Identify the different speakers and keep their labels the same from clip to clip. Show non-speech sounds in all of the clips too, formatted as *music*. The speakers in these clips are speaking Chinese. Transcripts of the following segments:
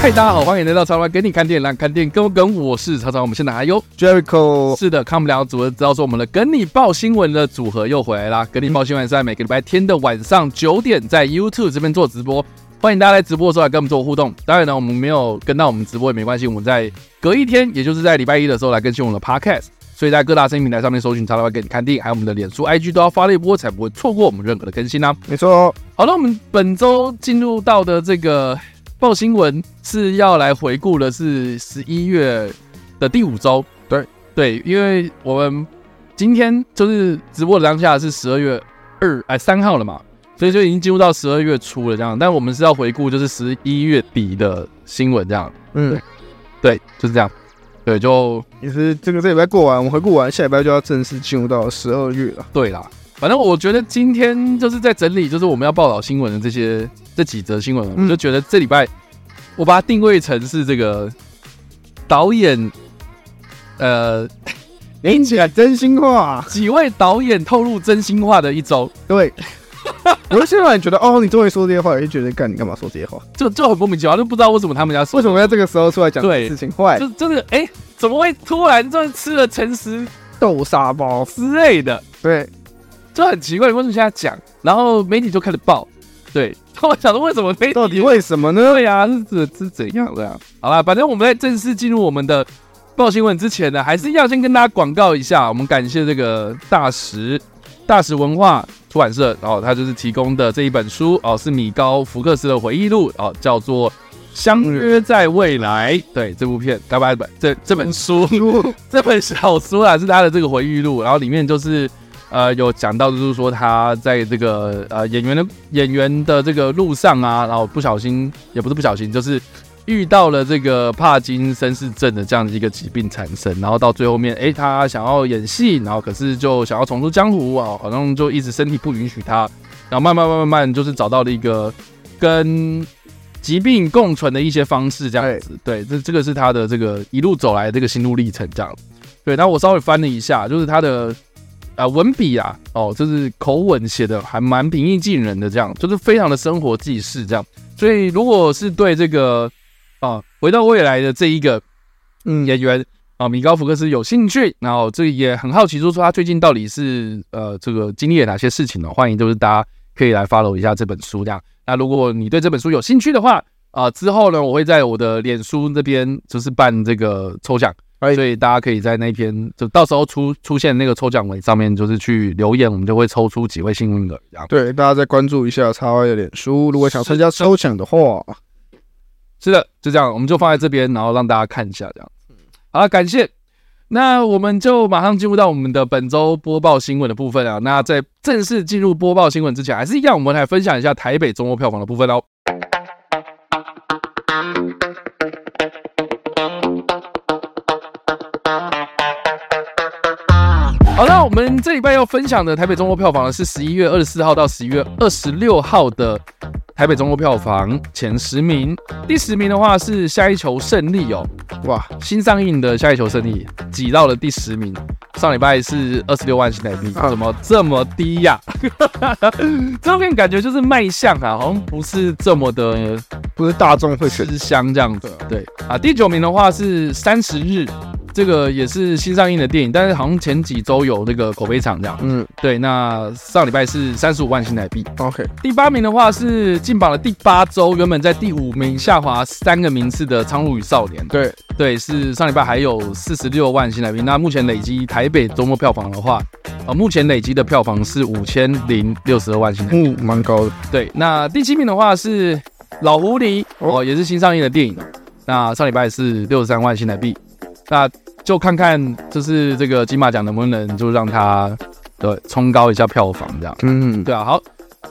Speaker 1: 嗨，大家好，欢迎来到超玩跟你看电影，让看电影跟我跟，我是超超，我们是哪有？
Speaker 2: Jericho，
Speaker 1: 是的，看不了组合知道说我们的跟你报新闻的组合又回来啦。跟你报新闻是在每个礼拜天的晚上九点，在 YouTube 这边做直播，欢迎大家来直播的时候来跟我们做互动。当然呢，我们没有跟到我们直播也没关系，我们在隔一天，也就是在礼拜一的时候来更新我们的 Podcast。所以在各大声音平台上面搜寻“查老板给你看电影”，还有我们的脸书、IG 都要发了一波，才不会错过我们任何的更新啦、啊
Speaker 2: 没错，
Speaker 1: 好了，我们本周进入到的这个报新闻是要来回顾的是十一月的第五周。
Speaker 2: 对
Speaker 1: 对，因为我们今天就是直播的当下是十二月二哎三号了嘛，所以就已经进入到十二月初了这样。但我们是要回顾就是十一月底的新闻这样。
Speaker 2: 嗯，
Speaker 1: 对，就是这样。对，就
Speaker 2: 也是这个这礼拜过完，我们回顾完，下礼拜就要正式进入到十二月了。
Speaker 1: 对啦。反正我觉得今天就是在整理，就是我们要报道新闻的这些这几则新闻，
Speaker 2: 嗯
Speaker 1: 我就觉得这礼拜我把它定位成是这个导演，呃，
Speaker 2: 你讲真心话，
Speaker 1: 几位导演透露真心话的一周，
Speaker 2: 对。我就现在觉得，哦，你终于说这些话，我就觉得，干你干嘛说这些话？
Speaker 1: 就就很莫名其妙，就不知道为什么他们家说
Speaker 2: 为什么要这个时候出来讲
Speaker 1: 对
Speaker 2: 事情？坏
Speaker 1: 就真的哎、怎么会突然就吃了诚实
Speaker 2: 豆沙包，
Speaker 1: 之类的，
Speaker 2: 对，
Speaker 1: 就很奇怪，为什么现在讲，然后媒体就开始报，对， *laughs* 我想说为什么媒体
Speaker 2: 到底为什么呢？
Speaker 1: 对呀、是是是怎样的、啊？好啦，反正我们在正式进入我们的报新闻之前呢，还是要先跟大家广告一下，我们感谢这个大石大石文化出版社，然、后哦他就是提供的这一本书哦，是米高福克斯的回忆录哦，叫做《相约在未来》。对，这部片，该不不，这这本
Speaker 2: *laughs*
Speaker 1: 书，这本小说啊，是他的这个回忆录，然后里面就是。呃，有讲到就是说他在这个呃演员的演员的这个路上啊，然后不小心也不是不小心，就是遇到了这个帕金森氏症的这样的一个疾病产生，然后到最后面，诶，他想要演戏，然后可是就想要重出江湖啊，好像就一直身体不允许他，然后慢慢慢慢慢慢就是找到了一个跟疾病共存的一些方式，这样子。对，这这个是他的这个一路走来的这个心路历程，这样。对，然后我稍微翻了一下，就是他的啊、呃文笔啊，哦，就是口吻写的还蛮平易近人的，这样就是非常的生活记事这样。所以如果是对这个啊、回到未来的这一个
Speaker 2: 嗯，
Speaker 1: 演员啊、米高福克斯有兴趣，然后这个也很好奇，就是说他最近到底是呃这个经历了哪些事情呢？欢迎就是大家可以来 follow 一下这本书这样。那如果你对这本书有兴趣的话，啊、之后呢我会在我的脸书那边就是办这个抽奖。
Speaker 2: 哎
Speaker 1: 所以大家可以在那篇就到时候出出现那个抽奖文上面，就是去留言，我们就会抽出几位幸运儿这样。
Speaker 2: 对，大家再关注一下叉 Y 的脸书，如果想参加抽奖的话，
Speaker 1: 是的，就这样，我们就放在这边，然后让大家看一下这样。好了，感谢。那我们就马上进入到我们的本周播报新闻的部分啊。那在正式进入播报新闻之前，还是一样，我们来分享一下台北周末票房的部分哦。好，那我们这礼拜要分享的台北周末票房呢，是十一月二十四号到十一月二十六号的台北周末票房前十名。第十名的话是《下一球胜利》哦，
Speaker 2: 哇，
Speaker 1: 新上映的《下一球胜利》挤到了第十名。上礼拜是二十六万新台币，
Speaker 2: 啊
Speaker 1: 怎么这么低呀、 *laughs* 这部片感觉就是卖相啊，好像不是这么的
Speaker 2: 不是大众会选
Speaker 1: 吃香这样子。对啊，第九名的话是《三十日》，这个也是新上映的电影，但是好像前几周有那个口碑场这样。
Speaker 2: 嗯
Speaker 1: 对，那上礼拜是三十五万新台币。
Speaker 2: ，OK，
Speaker 1: 第八名的话是进榜的第八周，原本在第五名下滑三个名次的《苍鹭与少年》。
Speaker 2: 对，
Speaker 1: 对，是上礼拜还有四十六万新来宾。那目前累积台北周末票房的话，呃，目前累积的票房是五千零六十二万新来宾。
Speaker 2: 嗯，蛮高的，
Speaker 1: 对，那第七名的话是《老狐狸》，
Speaker 2: 哦
Speaker 1: 哦，也是新上映的电影。那上礼拜是六十三万新台币，那就看看就是这个金马奖能不能就让它对冲高一下票房这样。
Speaker 2: 嗯，
Speaker 1: 对啊，好。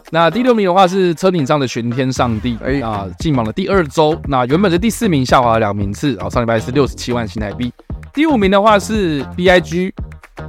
Speaker 1: 那第六名的话是车顶上的玄天上帝，哎、
Speaker 2: 哎
Speaker 1: 啊，进榜了第二周。那原本是第四名，下滑了两名次，啊，上礼拜是六十七万新台币。第五名的话是 B I G，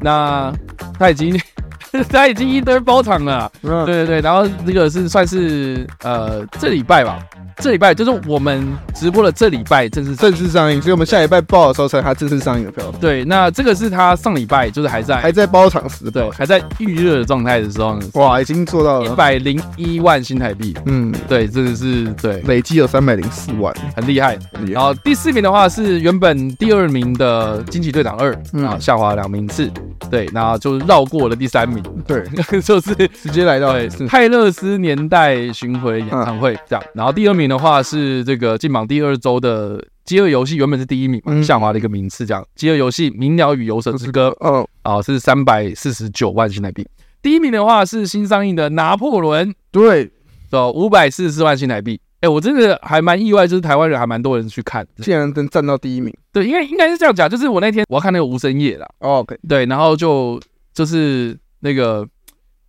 Speaker 1: 那他已经 *laughs* 他已经一堆包场了啊，
Speaker 2: 嗯
Speaker 1: 对对对。然后这个是算是呃这礼拜吧，这礼拜就是我们直播的这礼拜正式上
Speaker 2: 正式上映，所以我们下礼拜报的时候才它正式上映的票，
Speaker 1: 对，那这个是他上礼拜就是还在
Speaker 2: 还在包场时的
Speaker 1: 对
Speaker 2: 票，
Speaker 1: 还在预热的状态的时候呢，
Speaker 2: 哇，已经做到
Speaker 1: 一
Speaker 2: 了，
Speaker 1: 百零一万新台币，
Speaker 2: 嗯，
Speaker 1: 对，真的是对
Speaker 2: 累计有三百零四万，
Speaker 1: 很厉害。
Speaker 2: 厉
Speaker 1: 然
Speaker 2: 害
Speaker 1: 后第四名的话是原本第二名的惊奇队长二
Speaker 2: 嗯
Speaker 1: 啊，下滑两名次，对，然后就绕过了第三名， *laughs*
Speaker 2: 对，
Speaker 1: 就是
Speaker 2: 直接来到
Speaker 1: 对
Speaker 2: 是嗯
Speaker 1: 泰勒斯年代巡回演唱会这样。然后第二名的话是这个进榜第二周的。饥饿游戏原本是第一名嘛，
Speaker 2: 嗯
Speaker 1: 下滑了一个名次，这样。饥饿游戏《鸣鸟与游神之歌》
Speaker 2: 哦，
Speaker 1: 啊，是三百四十九万新台币。第一名的话是新上映的《拿破仑》，
Speaker 2: 对，
Speaker 1: 哦，五百四十四万新台币。哎、我真的还蛮意外，就是台湾人还蛮多人去看。
Speaker 2: 竟然能站到第一名
Speaker 1: 对，应该应该是这样讲，就是我那天我要看那个无声夜啦，
Speaker 2: 哦，OK，
Speaker 1: 对，然后就就是那个，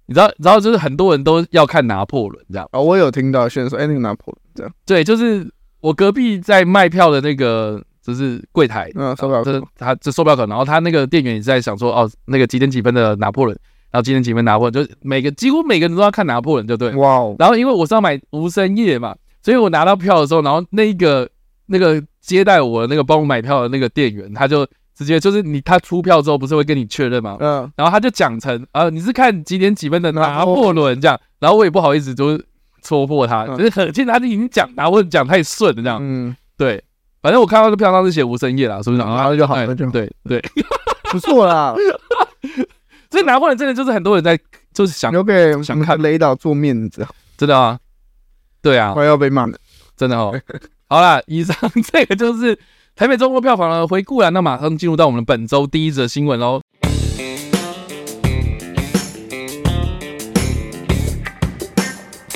Speaker 1: 你知道，然后就是很多人都要看拿破仑这样。
Speaker 2: 哦，我有听到轩说，哎，那个拿破仑这样，
Speaker 1: 对，就是我隔壁在卖票的那个就是柜台，
Speaker 2: 嗯，手表
Speaker 1: 啊这他这售票口，然后他那个店员也在想说，哦，那个几点几分的拿破仑，然后几点几分拿破仑，就每个几乎每个人都要看拿破仑，就对了。
Speaker 2: 哇哦，
Speaker 1: 然后因为我是要买无声夜嘛，所以我拿到票的时候，然后那个那个接待我的那个帮我买票的那个店员，他就直接就是你他出票之后不是会跟你确认吗？
Speaker 2: 嗯，
Speaker 1: 然后他就讲成啊你是看几点几分的拿
Speaker 2: 拿破
Speaker 1: 破仑这样，然后我也不好意思就是戳破他，
Speaker 2: 嗯
Speaker 1: 就是很见他就已经讲拿破仑讲太顺了这样，
Speaker 2: 嗯，
Speaker 1: 对。反正我看到这票上是写无声夜啦，是不是？
Speaker 2: 啊那就好
Speaker 1: 哎
Speaker 2: 那就好
Speaker 1: 对对，
Speaker 2: 不错啦，
Speaker 1: 所以拿破仑真的就是很多人在就是 *laughs* 想
Speaker 2: 留给我
Speaker 1: 想
Speaker 2: 们
Speaker 1: 看
Speaker 2: 雷导做面子，
Speaker 1: 真的啊，对啊，
Speaker 2: 快要被骂了。
Speaker 1: 真的哦。 *laughs* 好啦，以上这个就是台北周末票房的回顾了。那马上进入到我们本周第一则新闻喽。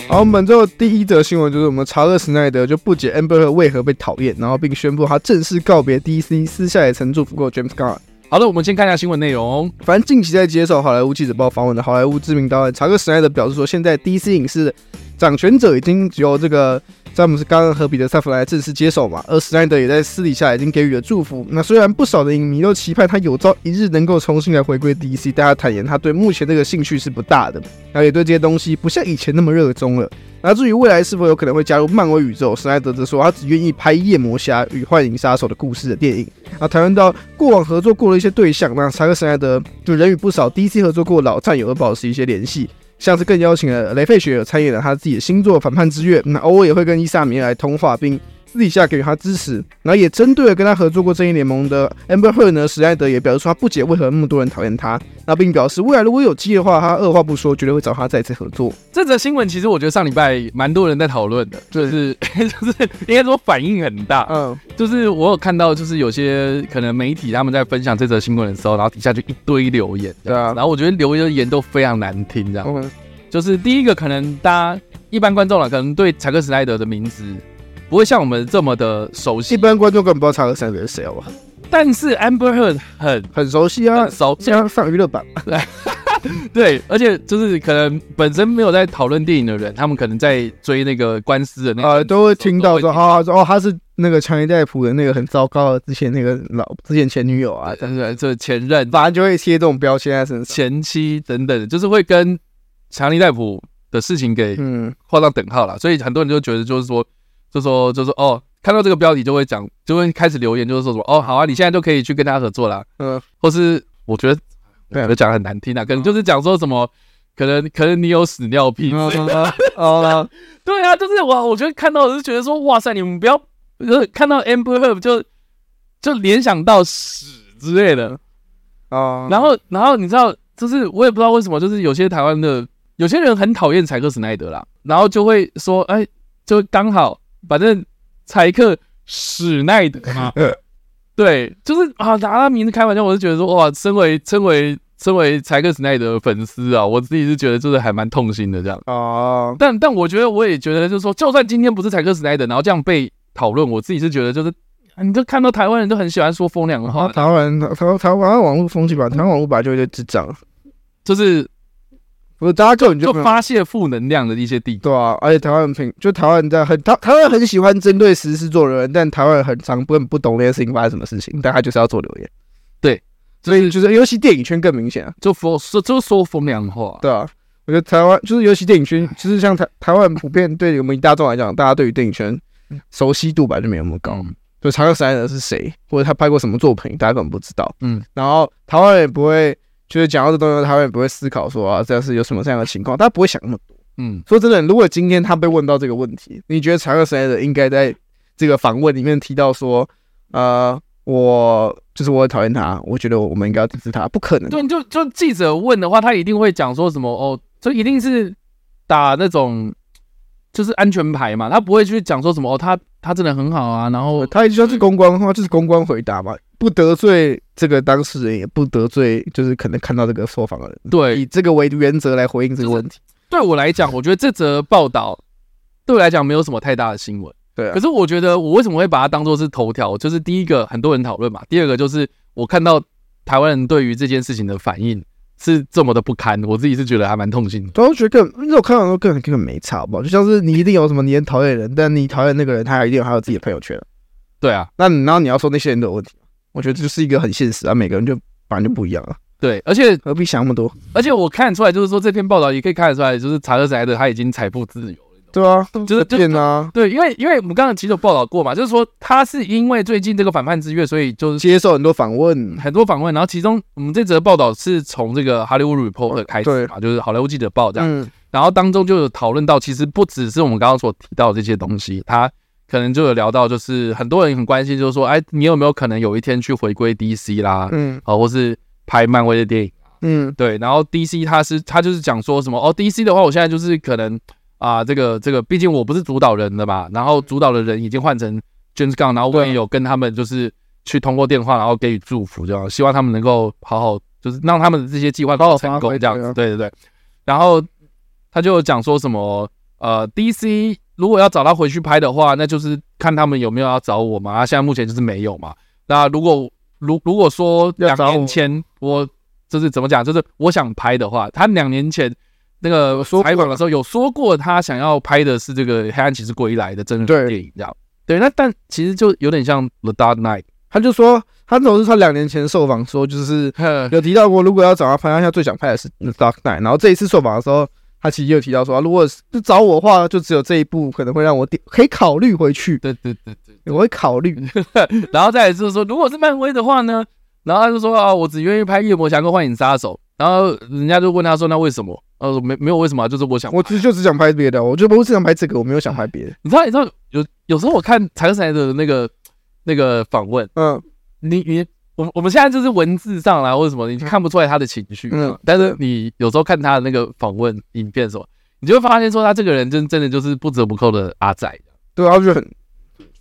Speaker 2: 好，本周的第一则新闻就是我们查尔史奈德就不解 Amber Heard 为何被讨厌，然后并宣布他正式告别 DC，私下也曾祝福过 James Gunn。
Speaker 1: 好的，我们先看一下新闻内容。
Speaker 2: 反正近期在接受好莱坞记者报访问的好莱坞知名导演查克·史奈德表示说，现在 DC 影视的掌权者已经只有这个詹姆斯·冈恩和彼得·萨弗莱正式接手嘛，而史奈德也在私底下已经给予了祝福。那虽然不少的影迷都期盼他有朝一日能够重新来回归 DC，但他坦言他对目前这个兴趣是不大的，然后也对这些东西不像以前那么热衷了。那至于未来是否有可能会加入漫威宇宙，史奈德则说他只愿意拍《夜魔侠与幻影杀手》的故事的电影。啊，谈论到过往合作过的一些对象，那查克·史奈德就人与不少 DC 合作过的老战友都保持一些联系，像是更邀请了雷费雪尔参演了他自己的新作《反叛之月》，那偶尔也会跟伊萨米尔来通话，并私底下给予他支持。然后也针对了跟他合作过《正义联盟》的 Amber Heard 呢，史奈德也表示说他不解为何那么多人讨厌他，那并表示未来如果有机会的话，他二话不说绝对会找他再次合作。
Speaker 1: 这则新闻其实我觉得上礼拜蛮多人在讨论的，就是 *laughs* 就是应该说反应很大。
Speaker 2: 嗯，
Speaker 1: 就是我有看到，就是有些可能媒体他们在分享这则新闻的时候，然后底下就一堆留言，
Speaker 2: 对啊
Speaker 1: 然，后我觉得留言都非常难听，这样。
Speaker 2: 我们
Speaker 1: 就是第一个，可能大家一般观众了，可能对查克·史奈德的名字不会像我们这么的熟悉
Speaker 2: 一，般观众根本不知道查克·史奈德是谁，好不好？
Speaker 1: 但是 Amber Heard 很
Speaker 2: 很熟悉啊
Speaker 1: 很，熟，
Speaker 2: 现在上娱乐版，
Speaker 1: 对，而且就是可能本身没有在讨论电影的人，他们可能在追那个官司的那
Speaker 2: 呃，都会听到说，
Speaker 1: 都会
Speaker 2: 哦，说哦，他是那个强尼戴普的那个很糟糕的之前那个老之前前女友啊，
Speaker 1: 听呃，这前任、
Speaker 2: 反正就会贴这种标签在身上。
Speaker 1: 前妻等等，就是会跟强尼戴普的事情给
Speaker 2: 嗯，
Speaker 1: 画上等号了。所以很多人就觉得，就是说，就说，就说，哦，看到这个标题就会讲，就会开始留言，就是说什么，哦，好啊，你现在就可以去跟他合作啦，
Speaker 2: 嗯，
Speaker 1: 或是我觉得，我
Speaker 2: 对啊
Speaker 1: 觉得讲得很难听啊，可能就是讲说什么，可能可能你有屎尿屁之类的，
Speaker 2: 哦，
Speaker 1: 对啊，就是我，我觉得看到我就觉得说，哇塞，你们不要，就是看到 Amber Heard 就就联想到屎之类的。
Speaker 2: *laughs* 哦，
Speaker 1: 然后，然后你知道，就是我也不知道为什么，就是有些台湾的有些人很讨厌柴克史奈德啦，然后就会说，哎，就刚好，反正柴克史奈德嘛，对，就是啊，拿他名字开玩笑，我就觉得说，哇，身为身为身为柴克史奈德的粉丝啊，我自己是觉得就是还蛮痛心的这样。
Speaker 2: 哦，
Speaker 1: 但但我觉得我也觉得，就是说，就算今天不是柴克斯奈德，然后这样被讨论，我自己是觉得就是，啊你就看到台湾人都很喜欢说风凉
Speaker 2: 然后
Speaker 1: 话，
Speaker 2: 台湾台湾台湾网络风气吧，台湾网络本来就有点智障，
Speaker 1: 就是
Speaker 2: 不是大家根本就
Speaker 1: 就
Speaker 2: 没有
Speaker 1: 发泄负能量的一些地方。
Speaker 2: 对啊，而且台湾很平，就台湾在很台台湾很喜欢针对时事做留言，但台湾很常不不懂那些事情发生什么事情，但他就是要做留言。
Speaker 1: 对，
Speaker 2: 所以就是尤其电影圈更明显啊，
Speaker 1: 就说说就说风凉话。
Speaker 2: 对啊，我觉得台湾就是尤其电影圈，就是像台台湾普遍对我们一大众来讲，大家对于电影圈熟悉度本来就没有那么高。
Speaker 1: 嗯
Speaker 2: 就查克·史奈德是谁，或者他拍过什么作品，大家根本不知道。
Speaker 1: 嗯，
Speaker 2: 然后台湾人也不会，就是讲到这东西，台湾人也不会思考说啊，这是有什么这样的情况，大家不会想那么多。
Speaker 1: 嗯，
Speaker 2: 说真的，如果今天他被问到这个问题，你觉得查克·史奈德应该在这个访问里面提到说，呃，我就是我很讨厌他，我觉得我们应该要抵制他，不可能。
Speaker 1: 对，就就记者问的话，他一定会讲说什么哦，就一定是打那种就是安全牌嘛，他不会去讲说什么哦，他他真的很好啊，然后
Speaker 2: 哦他就算是公关的话，就是公关回答嘛，不得罪这个当事人，也不得罪就是可能看到这个受访的人，
Speaker 1: 对
Speaker 2: 以这个为原则来回应这个问题。
Speaker 1: 对我来讲，我觉得这则报道对我来讲没有什么太大的新闻。
Speaker 2: 对啊
Speaker 1: 可是我觉得我为什么会把它当做是头条？就是第一个很多人讨论嘛，第二个就是我看到台湾人对于这件事情的反应是这么的不堪，我自己是觉得还蛮痛心的。
Speaker 2: 对啊，我觉得更，那我看到都更更没差，好不好？就像是你一定有什么你很讨厌的人，但你讨厌那个人，他一定有他有自己的朋友圈啊。
Speaker 1: 对啊，
Speaker 2: 那你然后你要说那些人都有问题，我觉得这就是一个很现实啊，每个人就反正就不一样啊，
Speaker 1: 对，而且
Speaker 2: 何必想那么多？
Speaker 1: 而且我看得出来，就是说这篇报道也可以看得出来，就是查克·史莱德他已经财富自由了。
Speaker 2: 对啊，
Speaker 1: 就是就
Speaker 2: 变啊，
Speaker 1: 对，因为因为我们刚刚其实有报道过嘛，就是说他是因为最近这个反叛之月，所以就是
Speaker 2: 接受很多访问，
Speaker 1: 很多访问，然后其中我们这则报道是从这个《Hollywood Reporter》开始嘛，就是好莱坞记者报这样，
Speaker 2: 哦嗯，
Speaker 1: 然后当中就有讨论到，其实不只是我们刚刚所提到的这些东西，他可能就有聊到，就是很多人很关心，就是说，哎，你有没有可能有一天去回归 DC 啦，
Speaker 2: 嗯
Speaker 1: 啊，或是拍漫威的电影？
Speaker 2: 嗯
Speaker 1: 对，然后 DC 他是他就是讲说什么哦，DC 的话，我现在就是可能啊、这个这个，毕竟我不是主导人了嘛，然后
Speaker 2: 嗯
Speaker 1: 主导的人已经换成 James Gunn，然后
Speaker 2: 啊
Speaker 1: 我也有跟他们就是去通过电话，然后给予祝福，这样希望他们能够好好就是让他们的这些计划都
Speaker 2: 好
Speaker 1: 成
Speaker 2: 发
Speaker 1: 功
Speaker 2: 挥
Speaker 1: 这样
Speaker 2: 对
Speaker 1: 子，
Speaker 2: 啊
Speaker 1: 对对对。然后他就讲说什么呃，DC 如果要找他回去拍的话，那就是看他们有没有要找我嘛，啊，现在目前就是没有嘛。那如果如如果说
Speaker 2: 要
Speaker 1: 两
Speaker 2: 找
Speaker 1: 年
Speaker 2: 我
Speaker 1: 前我就是怎么讲，就是我想拍的话，他两年前那个
Speaker 2: 说过
Speaker 1: 采访的时候有说过，他想要拍的是这个《黑暗骑士归来》的真人
Speaker 2: 对
Speaker 1: 电影，这样对。那但其实就有点像《The Dark
Speaker 2: *laughs*
Speaker 1: Knight
Speaker 2: 他就说，他总是他两年前受访说，就是》有提到过，如果要找他拍，他现在最想拍的是《The Dark Knight》。然后这一次受访的时候，他其实也有提到说，啊如果是就找我的话，就只有这一部可能会让我点可以考虑回去，
Speaker 1: 对对对对。
Speaker 2: 我会考虑。
Speaker 1: 然后再来就是说，如果是漫威的话呢，然后他就说啊，我只愿意拍《夜魔侠》跟《幻影杀手》，然后人家就问他说，那为什么？呃，没没有为什么啊、就是我想，
Speaker 2: 我只就只想拍别的，我就不是想拍这个，我没有想拍别的。
Speaker 1: 你知道你知道有有时候我看柴克斯莱德的那个那个访问，
Speaker 2: 嗯，
Speaker 1: 你你我我们现在就是文字上啦或者什么，你看不出来他的情绪，
Speaker 2: 嗯
Speaker 1: 但是你有时候看他的那个访问影片什么，你就会发现说他这个人真真的就是不折不扣的阿仔，
Speaker 2: 对啊，我就很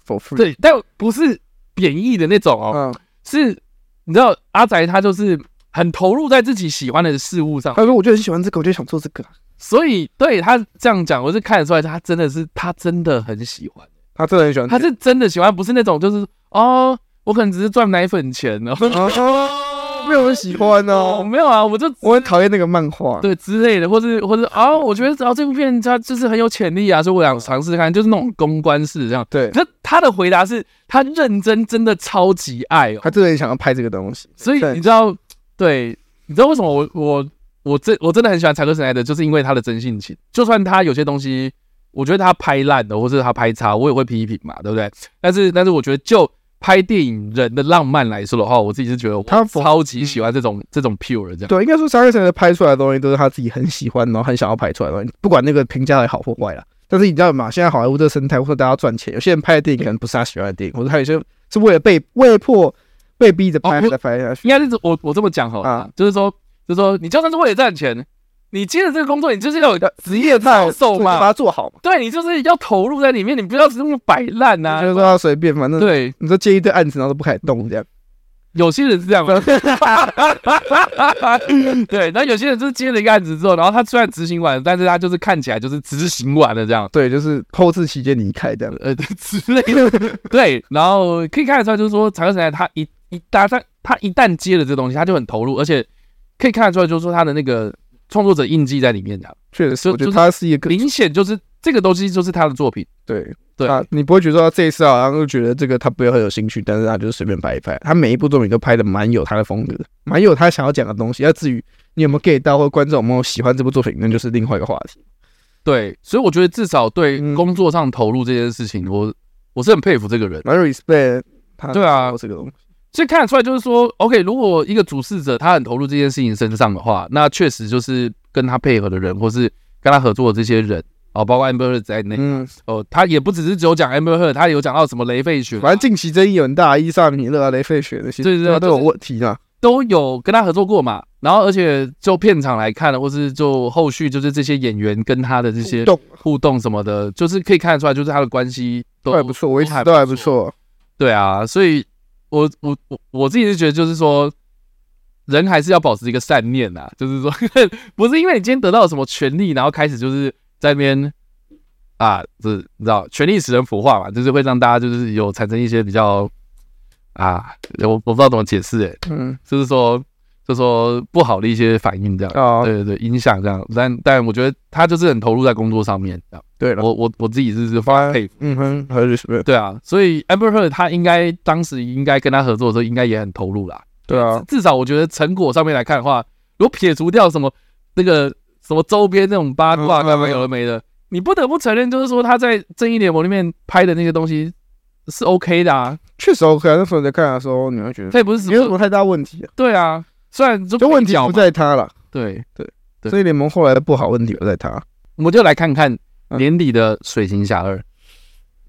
Speaker 2: for free。
Speaker 1: 对，但不是贬义的那种哦，
Speaker 2: 嗯，
Speaker 1: 是你知道阿宅他就是很投入在自己喜欢的事物上，
Speaker 2: 他说我就很喜欢这个，我就想做这个。
Speaker 1: 所以对他这样讲，我是看得出来他真的是他真的很喜欢，
Speaker 2: 他真的很喜欢
Speaker 1: 他是真的喜欢，不是那种就是哦，我可能只是赚奶粉钱哦，
Speaker 2: 啊，啊没有人喜欢
Speaker 1: 哦
Speaker 2: 哦。
Speaker 1: 没有啊，我就
Speaker 2: 我很讨厌那个漫画。
Speaker 1: 对之类的，或是或是啊、我觉得只要这部片它就是很有潜力啊，所以
Speaker 2: 嗯
Speaker 1: 我想尝试看，就是那种公关式这样。
Speaker 2: 对，
Speaker 1: 可是他的回答是他认真，真的超级爱哦，
Speaker 2: 他真的很想要拍这个东西。
Speaker 1: 所以
Speaker 2: 对
Speaker 1: 你知道，对，你知道为什么我我我真我真的很喜欢柴克史奈德，就是因为他的真性情。就算他有些东西，我觉得他拍烂的，或是他拍差，我也会批评嘛，对不对？但是但是，我觉得就拍电影人的浪漫来说的话，我自己是觉得我
Speaker 2: 他否嗯
Speaker 1: 超级喜欢这种这种 pure 的这样。
Speaker 2: 对，应该说沙克神的拍出来的东西都是他自己很喜欢，然后很想要拍出来的东西，不管那个评价也好或坏啦。但是你知道吗？现在好莱坞这个生态，或者大家赚钱，有些人拍的电影可能不是他喜欢的电影，或者他有些是为了被被迫被逼着
Speaker 1: 哦
Speaker 2: 拍
Speaker 1: 不
Speaker 2: 才拍下去。
Speaker 1: 应该是我我这么讲好了，
Speaker 2: 啊
Speaker 1: 就是说就是说，你就算是为了赚钱，你接了这个工作，你就是要有
Speaker 2: 职
Speaker 1: *laughs*
Speaker 2: 业
Speaker 1: 操
Speaker 2: 操
Speaker 1: 守
Speaker 2: 把
Speaker 1: 嘛，
Speaker 2: 它做好嘛，
Speaker 1: 对你就是要投入在里面，你不要是那么摆烂呐、
Speaker 2: 就是说他随便，反正
Speaker 1: 对，
Speaker 2: 你说接一堆案子，然后都不开始动这样。
Speaker 1: 有些人是这样嘛， *laughs* 对，那有些人就是接了一个案子之后，然后他虽然执行完了，但是他就是看起来就是执行完了这样，
Speaker 2: 对，就是后置期间离开这样。
Speaker 1: 呃 *laughs* 之类的，对，然后可以看得出来，就是说柴克史奈德他一一搭上，他一旦接了这东西，他就很投入，而且可以看得出来，就是说他的那个创作者印记在里面的，
Speaker 2: *laughs* 确实，
Speaker 1: 就
Speaker 2: 我觉
Speaker 1: 就
Speaker 2: 得
Speaker 1: 是
Speaker 2: 他是一个
Speaker 1: 明显就是这个东西就是他的作品。
Speaker 2: 对
Speaker 1: 对
Speaker 2: 啊，你不会觉得说这一次好像就觉得这个他不会很有兴趣，但是他就是随便拍一拍，他每一部作品都拍的蛮有他的风格的，蛮有他想要讲的东西。那至于你有没有 get 到，或观众有没有喜欢这部作品，那就是另外一个话题。
Speaker 1: 对，所以我觉得至少对
Speaker 2: 嗯
Speaker 1: 工作上投入这件事情，我我是很佩服这个人。
Speaker 2: 蛮 respect 他
Speaker 1: 对啊
Speaker 2: 这个东西，
Speaker 1: 所以看得出来，就是说，OK，如果一个主事者他很投入这件事情身上的话，那确实就是跟他配合的人，或是跟他合作的这些人，哦，包括 Amber Heard 在内，
Speaker 2: 嗯，
Speaker 1: 哦，他也不只是只有讲 Amber Heard，他有讲到什么雷费雪，
Speaker 2: 反正近期争议很大，伊萨米勒啊、雷费雪那些，
Speaker 1: 对对对
Speaker 2: 啊都有
Speaker 1: 就是
Speaker 2: 问题啊。
Speaker 1: 都有跟他合作过嘛。然后，而且就片场来看，或是就后续就是这些演员跟他的这些
Speaker 2: 动
Speaker 1: 互动什么的，就是可以看得出来，就是他的关系都
Speaker 2: 都还不错，维持
Speaker 1: 还
Speaker 2: 都还不错。
Speaker 1: 对啊，所以我我我我自己是觉得，就是说，人还是要保持一个善念呐、就是说， *laughs* 不是因为你今天得到了什么权利，然后开始就是在那边啊，这你知道，权力使人腐化嘛，就是会让大家就是有产生一些比较啊，我我不知道怎么解释，哎，
Speaker 2: 嗯，
Speaker 1: 就是说，就说不好的一些反应这样，
Speaker 2: 哦，
Speaker 1: 对对对，影响这样，但但我觉得他就是很投入在工作上面，这样，
Speaker 2: 对了，
Speaker 1: 我我我自己是是发佩服。
Speaker 2: 嗯哼，还是 respect，
Speaker 1: 对啊，所以 Amber Heard 他应该当时应该跟他合作的时候，应该也很投入啦。
Speaker 2: 对啊，
Speaker 1: 至至少我觉得成果上面来看的话，如果撇除掉什么那个什么周边那种八卦
Speaker 2: 嗯
Speaker 1: 干嘛有的没的，你不得不承认，就是说他在《正义联盟》里面拍的那些东西是 OK 的啊，
Speaker 2: 确实 OK 啊。那时候你在看的时候，你会觉得
Speaker 1: 他也不是什
Speaker 2: 没有什
Speaker 1: 么
Speaker 2: 么太大问题啊，
Speaker 1: 对啊，虽然就
Speaker 2: 就问题
Speaker 1: 角
Speaker 2: 不
Speaker 1: 嘛，
Speaker 2: 在他了。
Speaker 1: 对，对
Speaker 2: 所以联盟后来的不好，问题不在他。
Speaker 1: 我们就来看看
Speaker 2: 嗯
Speaker 1: 年底的《水行侠二》。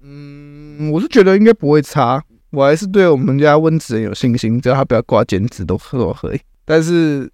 Speaker 2: 嗯，我是觉得应该不会差，我还是对我们家温子仁有信心，只要他不要挂剪纸都都可以。但是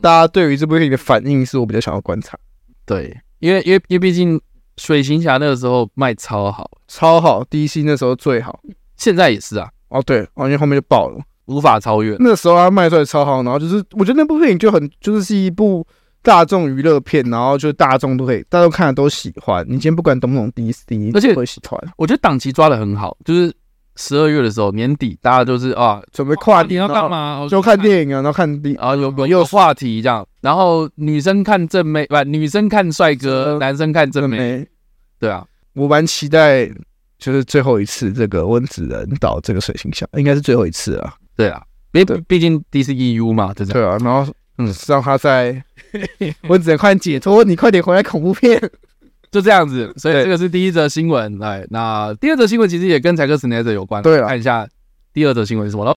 Speaker 2: 大家对于这部电影的反应是我比较想要观察，
Speaker 1: 对，因为因为因为毕竟《水行侠》那个时候卖超好，
Speaker 2: 超好，DC 那时候最好。
Speaker 1: 现在也是啊，
Speaker 2: 哦，对，哦，因为后面就爆了。
Speaker 1: 无法超越。
Speaker 2: 那时候他卖出来超好，然后就是我觉得那部电影就很就是是一部大众娱乐片，然后就大众都可以，大众看了都喜欢。你今天不管懂不懂 DC，
Speaker 1: 而且
Speaker 2: 都会喜欢，
Speaker 1: 我觉得档期抓的很好，就是十二月的时候，年底大家就是啊，
Speaker 2: 准备跨
Speaker 1: 你
Speaker 2: 年
Speaker 1: 要干
Speaker 2: 嘛？
Speaker 1: 嘛？
Speaker 2: 就看电影啊，然后看电
Speaker 1: 然后有有有话题这样，然后女生看正妹，不，女生看帅哥，
Speaker 2: 嗯
Speaker 1: 男生看正
Speaker 2: 影
Speaker 1: 妹，
Speaker 2: 没？
Speaker 1: 对啊，
Speaker 2: 我蛮期待，就是最后一次这个温子仁导这个水星侠，应该是最后一次啊。
Speaker 1: 对啊，毕
Speaker 2: 对
Speaker 1: 毕竟 D C E U 嘛，就这样。
Speaker 2: 对啊，然后
Speaker 1: 嗯
Speaker 2: 嗯，让他在温子仁快点解脱，你快点回来恐怖片。
Speaker 1: 就这样子。所以
Speaker 2: 对
Speaker 1: 这个是第一则新闻，哎，那第二则新闻其实也跟柴克斯奈德有关，
Speaker 2: 对啊了
Speaker 1: 看一下第二则新闻是什么喽。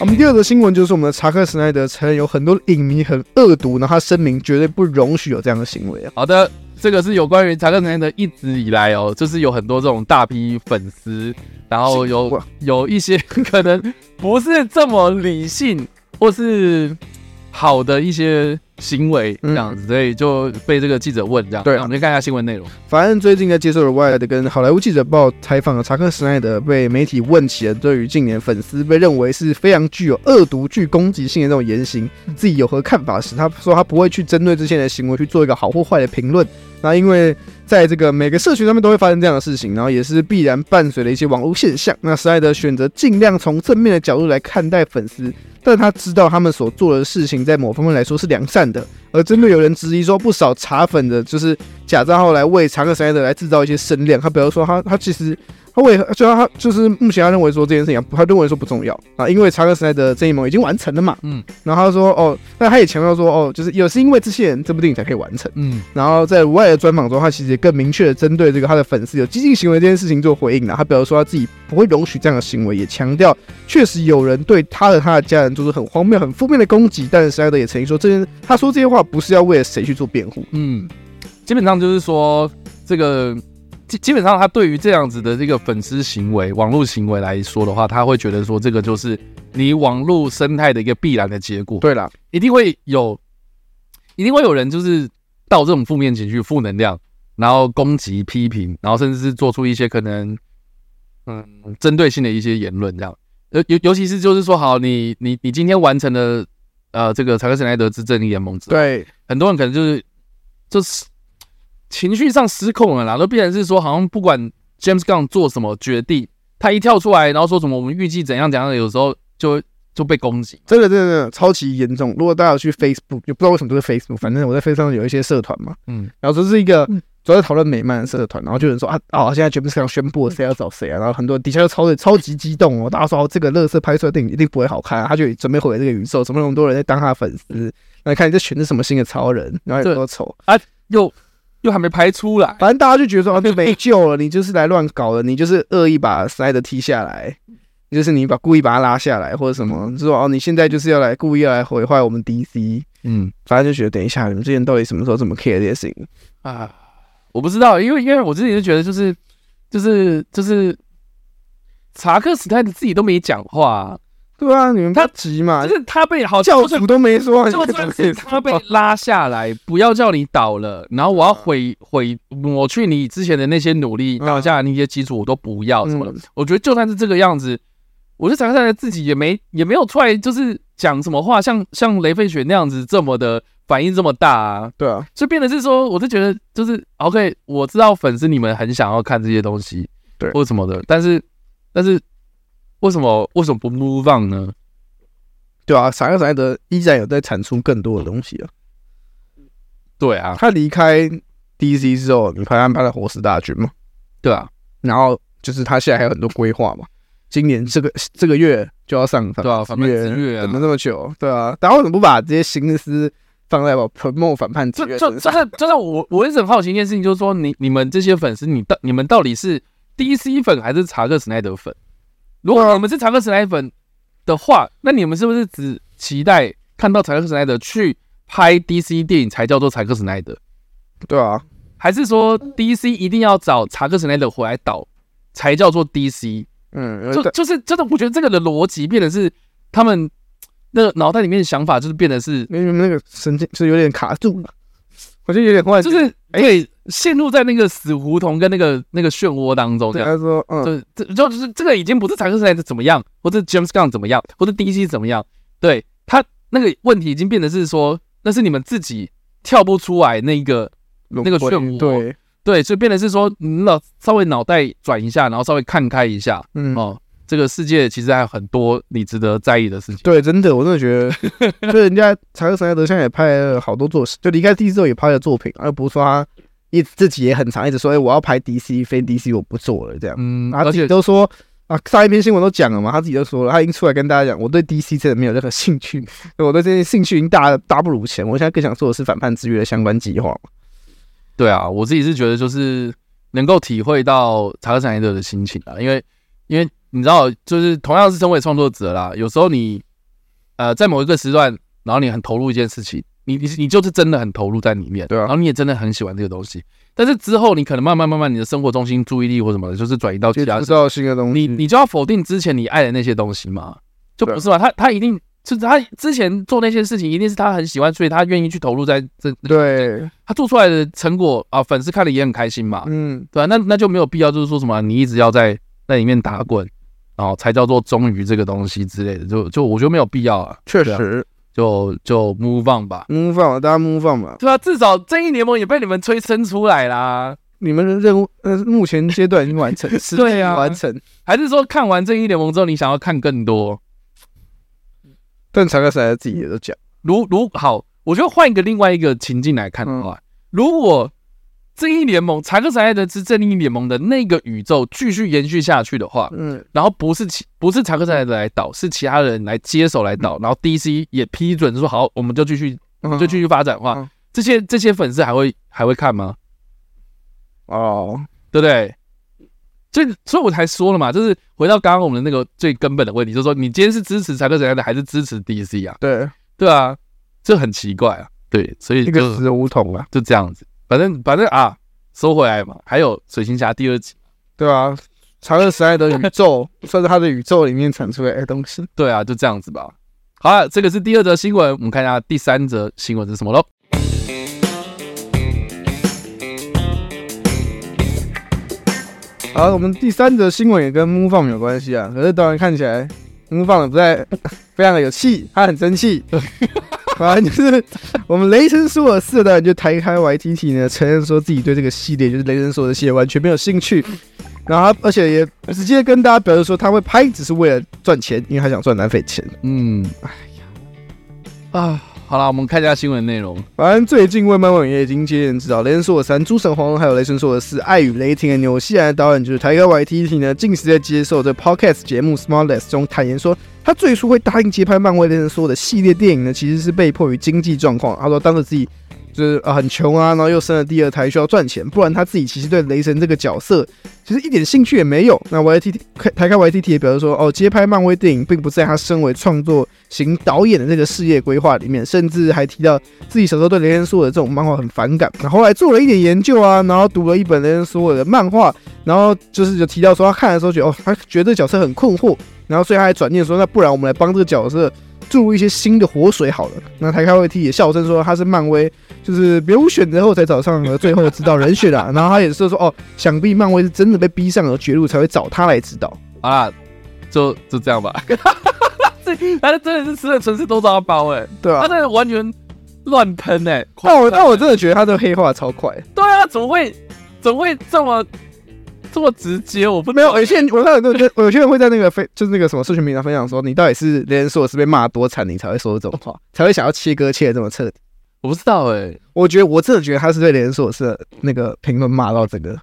Speaker 2: 我们第二则新闻就是我们的查克·史奈德承认有很多影迷很恶毒，然后他声明绝对不容许有这样的行为啊。
Speaker 1: 好的，这个是有关于查克·奈德一直以来哦，就是有很多这种大批粉丝，然后
Speaker 2: 幸福
Speaker 1: 有
Speaker 2: 啊
Speaker 1: 有一些 *laughs* 可能不是这么理性或是好的一些行为这样子，所以就被这个记者问这样。
Speaker 2: 对啊
Speaker 1: 那我们就看一下新闻内容。
Speaker 2: 反正最近在接受了 Wired 跟好莱坞记者报采访的查克·史奈德被媒体问起了对于近年粉丝被认为是非常具有恶毒、具攻击性的这种言行，自己有何看法时，他说他不会去针对这些人的行为去做一个好或坏的评论。那因为在这个每个社群上面都会发生这样的事情，然后也是必然伴随了一些网络现象。那史奈德选择尽量从正面的角度来看待粉丝，但他知道他们所做的事情在某方面来说是良善的。而针对有人质疑说，不少茶粉的就是假账号来为查克·史奈德来制造一些声量。他比如说他，他其实他为就他他就是目前他认为说这件事情，啊他认为说不重要啊，因为查克·史奈德这一盟已经完成了嘛。
Speaker 1: 嗯
Speaker 2: 然后他说哦，那他也强调说哦，就是有是因为这些人这部电影才可以完成。
Speaker 1: 嗯，
Speaker 2: 然后哦在国外的专访中，他其实也更明确的针对这个他的粉丝有激进行为这件事情做回应啊了。他表示说他自己不会容许这样的行为，也强调确实有人对他和他的家人做出很荒谬、很负面的攻击。但是施耐德也曾经说，这件他说这些话不是要为了谁去做辩护。
Speaker 1: 嗯，基本上就是说，这个基基本上他对于这样子的这个粉丝行为、网络行为来说的话，他会觉得说这个就是你网络生态的一个必然的结果，
Speaker 2: 对啦，
Speaker 1: 一定会有，一定会有人就是到这种负面情绪、负能量，然后攻击、批评，然后甚至是做出一些可能嗯针对性的一些言论，这样。尤尤尤其是就是说，好，你你你今天完成了呃这个查克·史奈德之正义联盟之后
Speaker 2: 对，
Speaker 1: 很多人可能就是就是情绪上失控了啦，都变成是说好像不管 James Gunn 做什么决定，他一跳出来，然后说什么我们预计怎样怎样的，有时候就就被攻击。
Speaker 2: 这个真的超级严重。如果大家有去 Facebook，就不知道为什么都是 Facebook，反正我在 Facebook 上有一些社团嘛，
Speaker 1: 嗯，
Speaker 2: 然后这是一个主要在讨论美漫的社团，然后就有人说啊哦，现在全部是要宣布谁要找谁啊，然后很多人底下就超超级激动哦，大家说哦这个乐色拍出来的电影一定不会好看、啊，他就准备毁这个宇宙，怎么那么多人在当他的粉丝？来看你这选的什么新的超人，然后有多丑，
Speaker 1: 又又还没拍出来，
Speaker 2: 反正大家就觉得说啊这没救了，你就是来乱搞的，你就是恶意把塞德踢下来。就是你把故意把他拉下来，或者什么，就说哦，你现在就是要来故意要来毁坏我们 DC，
Speaker 1: 嗯
Speaker 2: 反正就觉得等一下，你们之前到底什么时候这么 care 这些事情？
Speaker 1: 啊，我不知道，因为因为我自己就觉得就是就是就是查克史泰德自己都没讲话、
Speaker 2: 对啊，你们
Speaker 1: 他
Speaker 2: 他急嘛，
Speaker 1: 就是他被好
Speaker 2: 教
Speaker 1: 就是
Speaker 2: 主都没说，
Speaker 1: 就
Speaker 2: 你
Speaker 1: 算
Speaker 2: 们
Speaker 1: 是他被拉下来，不要叫你倒了，然后我要毁毁抹去你之前的那些努力，
Speaker 2: 嗯
Speaker 1: 倒下的那些基础，我都不要什么的
Speaker 2: 嗯。
Speaker 1: 我觉得就算是这个样子，我觉得常常自己也没也没有出来，就是讲什么话，像像雷费雪那样子这么的反应这么大啊，
Speaker 2: 对啊，
Speaker 1: 所以变得是说，我就觉得就是 OK，我知道粉丝你们很想要看这些东西，
Speaker 2: 对
Speaker 1: 或什么的，但是但是为什么为什么不 move on 呢？
Speaker 2: 对啊，闪克闪德依然有在产出更多的东西啊。
Speaker 1: 对啊，
Speaker 2: 他离开 DC 之后，你看他拍了《活死大军》嘛，
Speaker 1: 对啊，
Speaker 2: 然后就是他现在还有很多规划嘛，今年这个这个月就要上反
Speaker 1: 对啊，反派之月
Speaker 2: 等
Speaker 1: 啊
Speaker 2: 了。这么久，对啊，但为什么不把这些心思放在我 promote 反叛之
Speaker 1: 就
Speaker 2: 月
Speaker 1: 就
Speaker 2: 身
Speaker 1: 就
Speaker 2: 上？
Speaker 1: 是就是我我一直很好奇一件事情，就是说你你们这些粉丝，你到你们到底是 DC 粉还是查克·史奈德粉？如果你们是查克·史奈德粉的话，那你们是不是只期待看到查克·史奈德去拍 DC 电影才叫做查克·史奈德？
Speaker 2: 对啊，
Speaker 1: 还是说 DC 一定要找查克·史奈德回来导才叫做 DC？
Speaker 2: 嗯，
Speaker 1: 就
Speaker 2: 对
Speaker 1: 就是真的，我觉得这个的逻辑变得是他们那个脑袋里面的想法，就是变得是
Speaker 2: 因为你们那个神经是有点卡住了，我就有点坏，
Speaker 1: 就是哎，陷入在那个死胡同跟那个那个漩涡当中，这
Speaker 2: 对
Speaker 1: 样。
Speaker 2: 他说，嗯，
Speaker 1: 就这就就是这个已经不是查克斯莱特怎么样，或者 James Gunn 怎么样，或者 DC 怎么样，对他那个问题已经变得是说，那是你们自己跳不出来那个，那个漩涡
Speaker 2: 对，
Speaker 1: 对，所以变得是说，你脑稍微脑袋转一下，然后稍微看开一下，
Speaker 2: 嗯，
Speaker 1: 哦，这个世界其实还有很多你值得在意的事情。
Speaker 2: 对，真的，我真的觉
Speaker 1: *laughs*
Speaker 2: 得，就人家查克·史奈德现在也拍了好多作，就离开 DC 之后也拍了作品，而不是说他一直自己也很常一直说，哎、我要拍 DC，非 DC 我不做了这样。
Speaker 1: 嗯，
Speaker 2: 他
Speaker 1: 而
Speaker 2: 自己
Speaker 1: 且
Speaker 2: 都说啊，上一篇新闻都讲了嘛，他自己都说了，他已经出来跟大家讲，我对 DC 真的没有任何兴趣，我对这些兴趣已经大大不如前，我现在更想做的是反叛之约的相关计划嘛。
Speaker 1: 对啊，我自己是觉得就是能够体会到查克·史奈德的心情啊，因为因为你知道，就是同样是身为创作者啦，有时候你呃在某一个时段，然后你很投入一件事情，你你你就是真的很投入在里面，
Speaker 2: 对啊
Speaker 1: 然后你也真的很喜欢这个东西，但是之后你可能慢慢慢慢你的生活中心注意力或什么的，就是转移到
Speaker 2: 接
Speaker 1: 其他
Speaker 2: 触
Speaker 1: 事
Speaker 2: 到新的东西，
Speaker 1: 你你就要否定之前你爱的那些东西嘛？就
Speaker 2: 对啊
Speaker 1: 不是嘛？他他一定就是他之前做那些事情，一定是他很喜欢，所以他愿意去投入在这，
Speaker 2: 对，
Speaker 1: 他做出来的成果啊，粉丝看了也很开心嘛，
Speaker 2: 嗯，
Speaker 1: 对啊，那那就没有必要就是说什么你一直要在那里面打滚，然后才叫做忠于这个东西之类的，就就我觉得没有必要啊，
Speaker 2: 确
Speaker 1: 对啊
Speaker 2: 实
Speaker 1: 就就 move on 吧。
Speaker 2: ，move on，嘛大家 move on 嘛，
Speaker 1: 对啊，至少正义联盟也被你们催生出来
Speaker 2: *laughs*
Speaker 1: 啦。
Speaker 2: 你们的任务，呃，目前阶段已经完成，实际
Speaker 1: *laughs* 对啊
Speaker 2: 完成。
Speaker 1: 还是说看完正义联盟之后，你想要看更多？
Speaker 2: 但查克·史奈德自己也都讲，
Speaker 1: 如如好，我觉得换一个另外一个情境来看的
Speaker 2: 嗯
Speaker 1: 话，如果正义联盟查克·史奈德之正义联盟的那个宇宙继续延续下去的话，
Speaker 2: 嗯，
Speaker 1: 然后不是其不是查克·史奈德来导，是其他人来接手来
Speaker 2: 嗯
Speaker 1: 导，然后 DC 也批准说好，我们就继续就继续发展的话，
Speaker 2: 嗯
Speaker 1: 这些这些粉丝还会还会看吗？
Speaker 2: 哦，
Speaker 1: 对不对？所以所以我才说了嘛，就是回到刚刚我们的那个最根本的问题，就是说你今天是支持查克·史奈德还是支持 DC 啊？
Speaker 2: 对，
Speaker 1: 对啊，这很奇怪啊。对，所以
Speaker 2: 一
Speaker 1: 就
Speaker 2: 个死胡同啊，
Speaker 1: 就这样子，反正反正啊，收回来嘛。还有水行侠第二集，
Speaker 2: 对啊，查克·史奈德宇宙 *laughs* 算是他的宇宙里面产出来的东西。
Speaker 1: 对啊，就这样子吧。好了，这个是第二则新闻，我们看一下第三则新闻是什么喽。
Speaker 2: 好，我们第三则新闻也跟 Move On 有关系啊，可是当然看起来 Move On 不太 *laughs* 非常的有气，他很生气。 *laughs* 反正就是我们雷神索尔四代就台开 YTT 呢承认说自己对这个系列就是雷神索尔的系列完全没有兴趣，然后他而且也直接跟大家表示说，他会拍只是为了赚钱，因为他想赚南非钱
Speaker 1: 嗯，哎呀，啊，好了，我们看一下新闻内容。
Speaker 2: 反正最近为漫网也已经接连知道，《雷神索尔三》《诸神黄昏》还有《雷神索尔四：爱与雷霆》的纽西兰导演就是台哥 YTT 呢，近期在接受这 podcast 节目 Smartless 中坦言说，他最初会答应接拍漫威《雷神索尔》的系列电影呢，其实是被迫于经济状况。他说当时自己就是、呃、很穷啊，然后又生了第二胎，需要赚钱，不然他自己其实对雷神这个角色其实一点兴趣也没有。那 YTT 台哥 YTT 也表示说，哦，接拍漫威电影并不在他身为创作型导演的这个事业规划里面，甚至还提到。自己小时候对雷神索尔这种漫画很反感，然后后来做了一点研究啊，然后读了一本雷神索尔的漫画，然后就是有提到说他看的时候觉得哦，他觉得这个角色很困惑，然后所以他还转念说，那不然我们来帮这个角色注入一些新的活水好了。那台开会 T 也笑称说他哦是漫威就是别无选择后才找上了最后指导人选啊，然后他也是说哦，想必漫威是真的被逼上了绝路才会找他来指导。
Speaker 1: 好啦，就就这样吧。 *laughs* 这他真的是吃了纯是豆沙包哎、
Speaker 2: 对啊
Speaker 1: 他，真的完全乱喷哎。
Speaker 2: 但我
Speaker 1: 狂喷
Speaker 2: 但我真的觉得他的黑化超快，
Speaker 1: 对啊，怎么会怎么会这么这么直接？我不
Speaker 2: 没有，有些人我看很多人，我有些人会在那个非就是那个什么社群平台分享说，你到底是连人说我是被骂得多惨，你才会说这种话，才会想要切割切的这么彻底。
Speaker 1: 我不知道哎、
Speaker 2: 我觉得我真的觉得他是对连锁是那个评论骂到整个，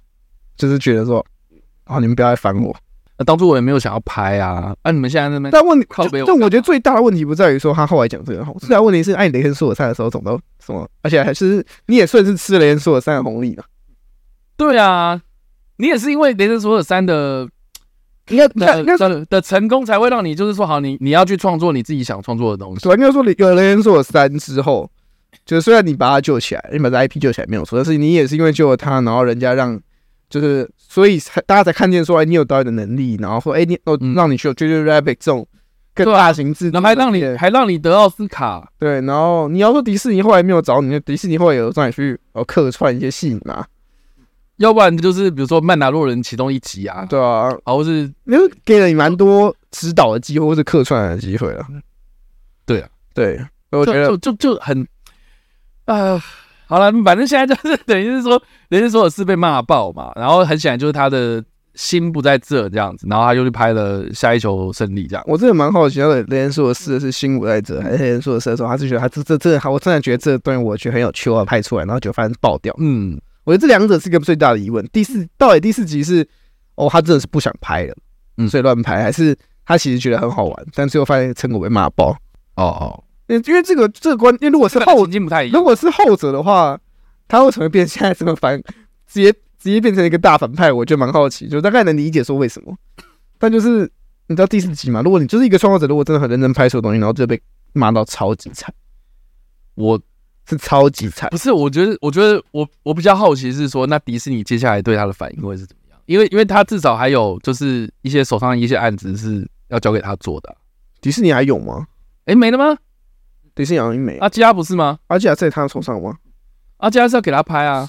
Speaker 2: 就是觉得说，哦，你们不要来烦我。
Speaker 1: 那当初我也没有想要拍啊，啊，你们现在在那边
Speaker 2: 但问题，
Speaker 1: 靠
Speaker 2: 就
Speaker 1: 北我
Speaker 2: 但我觉得最大的问题不在于说他后来讲这个，最大的问题是，哎，雷神说我三的时候总到什么，而且还是你也算是吃了雷神说我三的红利了。
Speaker 1: 对啊，你也是因为《雷神索尔三》的
Speaker 2: 应该
Speaker 1: 的
Speaker 2: 应该
Speaker 1: 的的成功，才会让你就是说好，你你要去创作你自己想创作的东西。
Speaker 2: 对，应该说有雷神说我三之后，就是虽然你把他救起来，你把这 IP 救起来没有错，但是你也是因为救了他，然后人家让就是所以才大家才看见说，哎，你有导演的能力，然后说，哎，你哦
Speaker 1: 嗯
Speaker 2: 让你去有 JJ Rabbit 这种更
Speaker 1: 对啊
Speaker 2: 大型制作
Speaker 1: 然
Speaker 2: 的
Speaker 1: 后
Speaker 2: 片，
Speaker 1: 还让你还让你得奥斯卡，
Speaker 2: 对，然后你要说迪士尼后来没有找你，那迪士尼后来有让你去哦客串一些戏嘛，
Speaker 1: 要不然就是比如说《曼达洛人》其中一集啊，
Speaker 2: 对啊，
Speaker 1: 然后是
Speaker 2: 因为给了你蛮多指导的机会或是客串的机会了，
Speaker 1: 对啊，
Speaker 2: 对，所以我
Speaker 1: 就
Speaker 2: 觉得
Speaker 1: 就就就很啊、好了，反正现在就是 *laughs* 等于是说，人家说我是被骂爆嘛，然后很显然就是他的心不在这这样子，然后他就去拍了下一球胜利这样。
Speaker 2: 我真的蛮好奇，他的雷恩说的是的是新五代者，还是雷恩说的是的时候，他是觉得他这这这，我真的觉得这段我觉得很有趣，我要拍出来，然后就发现爆掉。
Speaker 1: 嗯，
Speaker 2: 我觉得这两者是一个最大的疑问。第四到底第四集是哦，他真的是不想拍了，
Speaker 1: 嗯
Speaker 2: 所以乱拍，还是他其实觉得很好玩，但最后发现成果被骂爆？
Speaker 1: 哦哦，
Speaker 2: 因为因为这个这个观，因为如果是
Speaker 1: 这个
Speaker 2: 后
Speaker 1: 情境不太一样。
Speaker 2: 如果是后者的话，他为什么会变现在这么反，直接直接变成一个大反派？我就蛮好奇，就大概能理解说为什么。但就是你知道第四集嘛？如果你就是一个创作者，如果真的很认真拍出的东西，然后就被骂到超级惨，
Speaker 1: 我
Speaker 2: 是超级惨。
Speaker 1: 不是，我觉得，我觉得我我比较好奇是说，那迪士尼接下来对他的反应会是怎么样？因为因为他至少还有就是一些手上一些案子是要交给他做的啊。
Speaker 2: 迪士尼还有吗？
Speaker 1: 诶，没了吗？
Speaker 2: 迪士尼好像没，
Speaker 1: 阿基拉不是吗？
Speaker 2: 啊而且还在他手上吗？
Speaker 1: 阿基拉是要给他拍啊，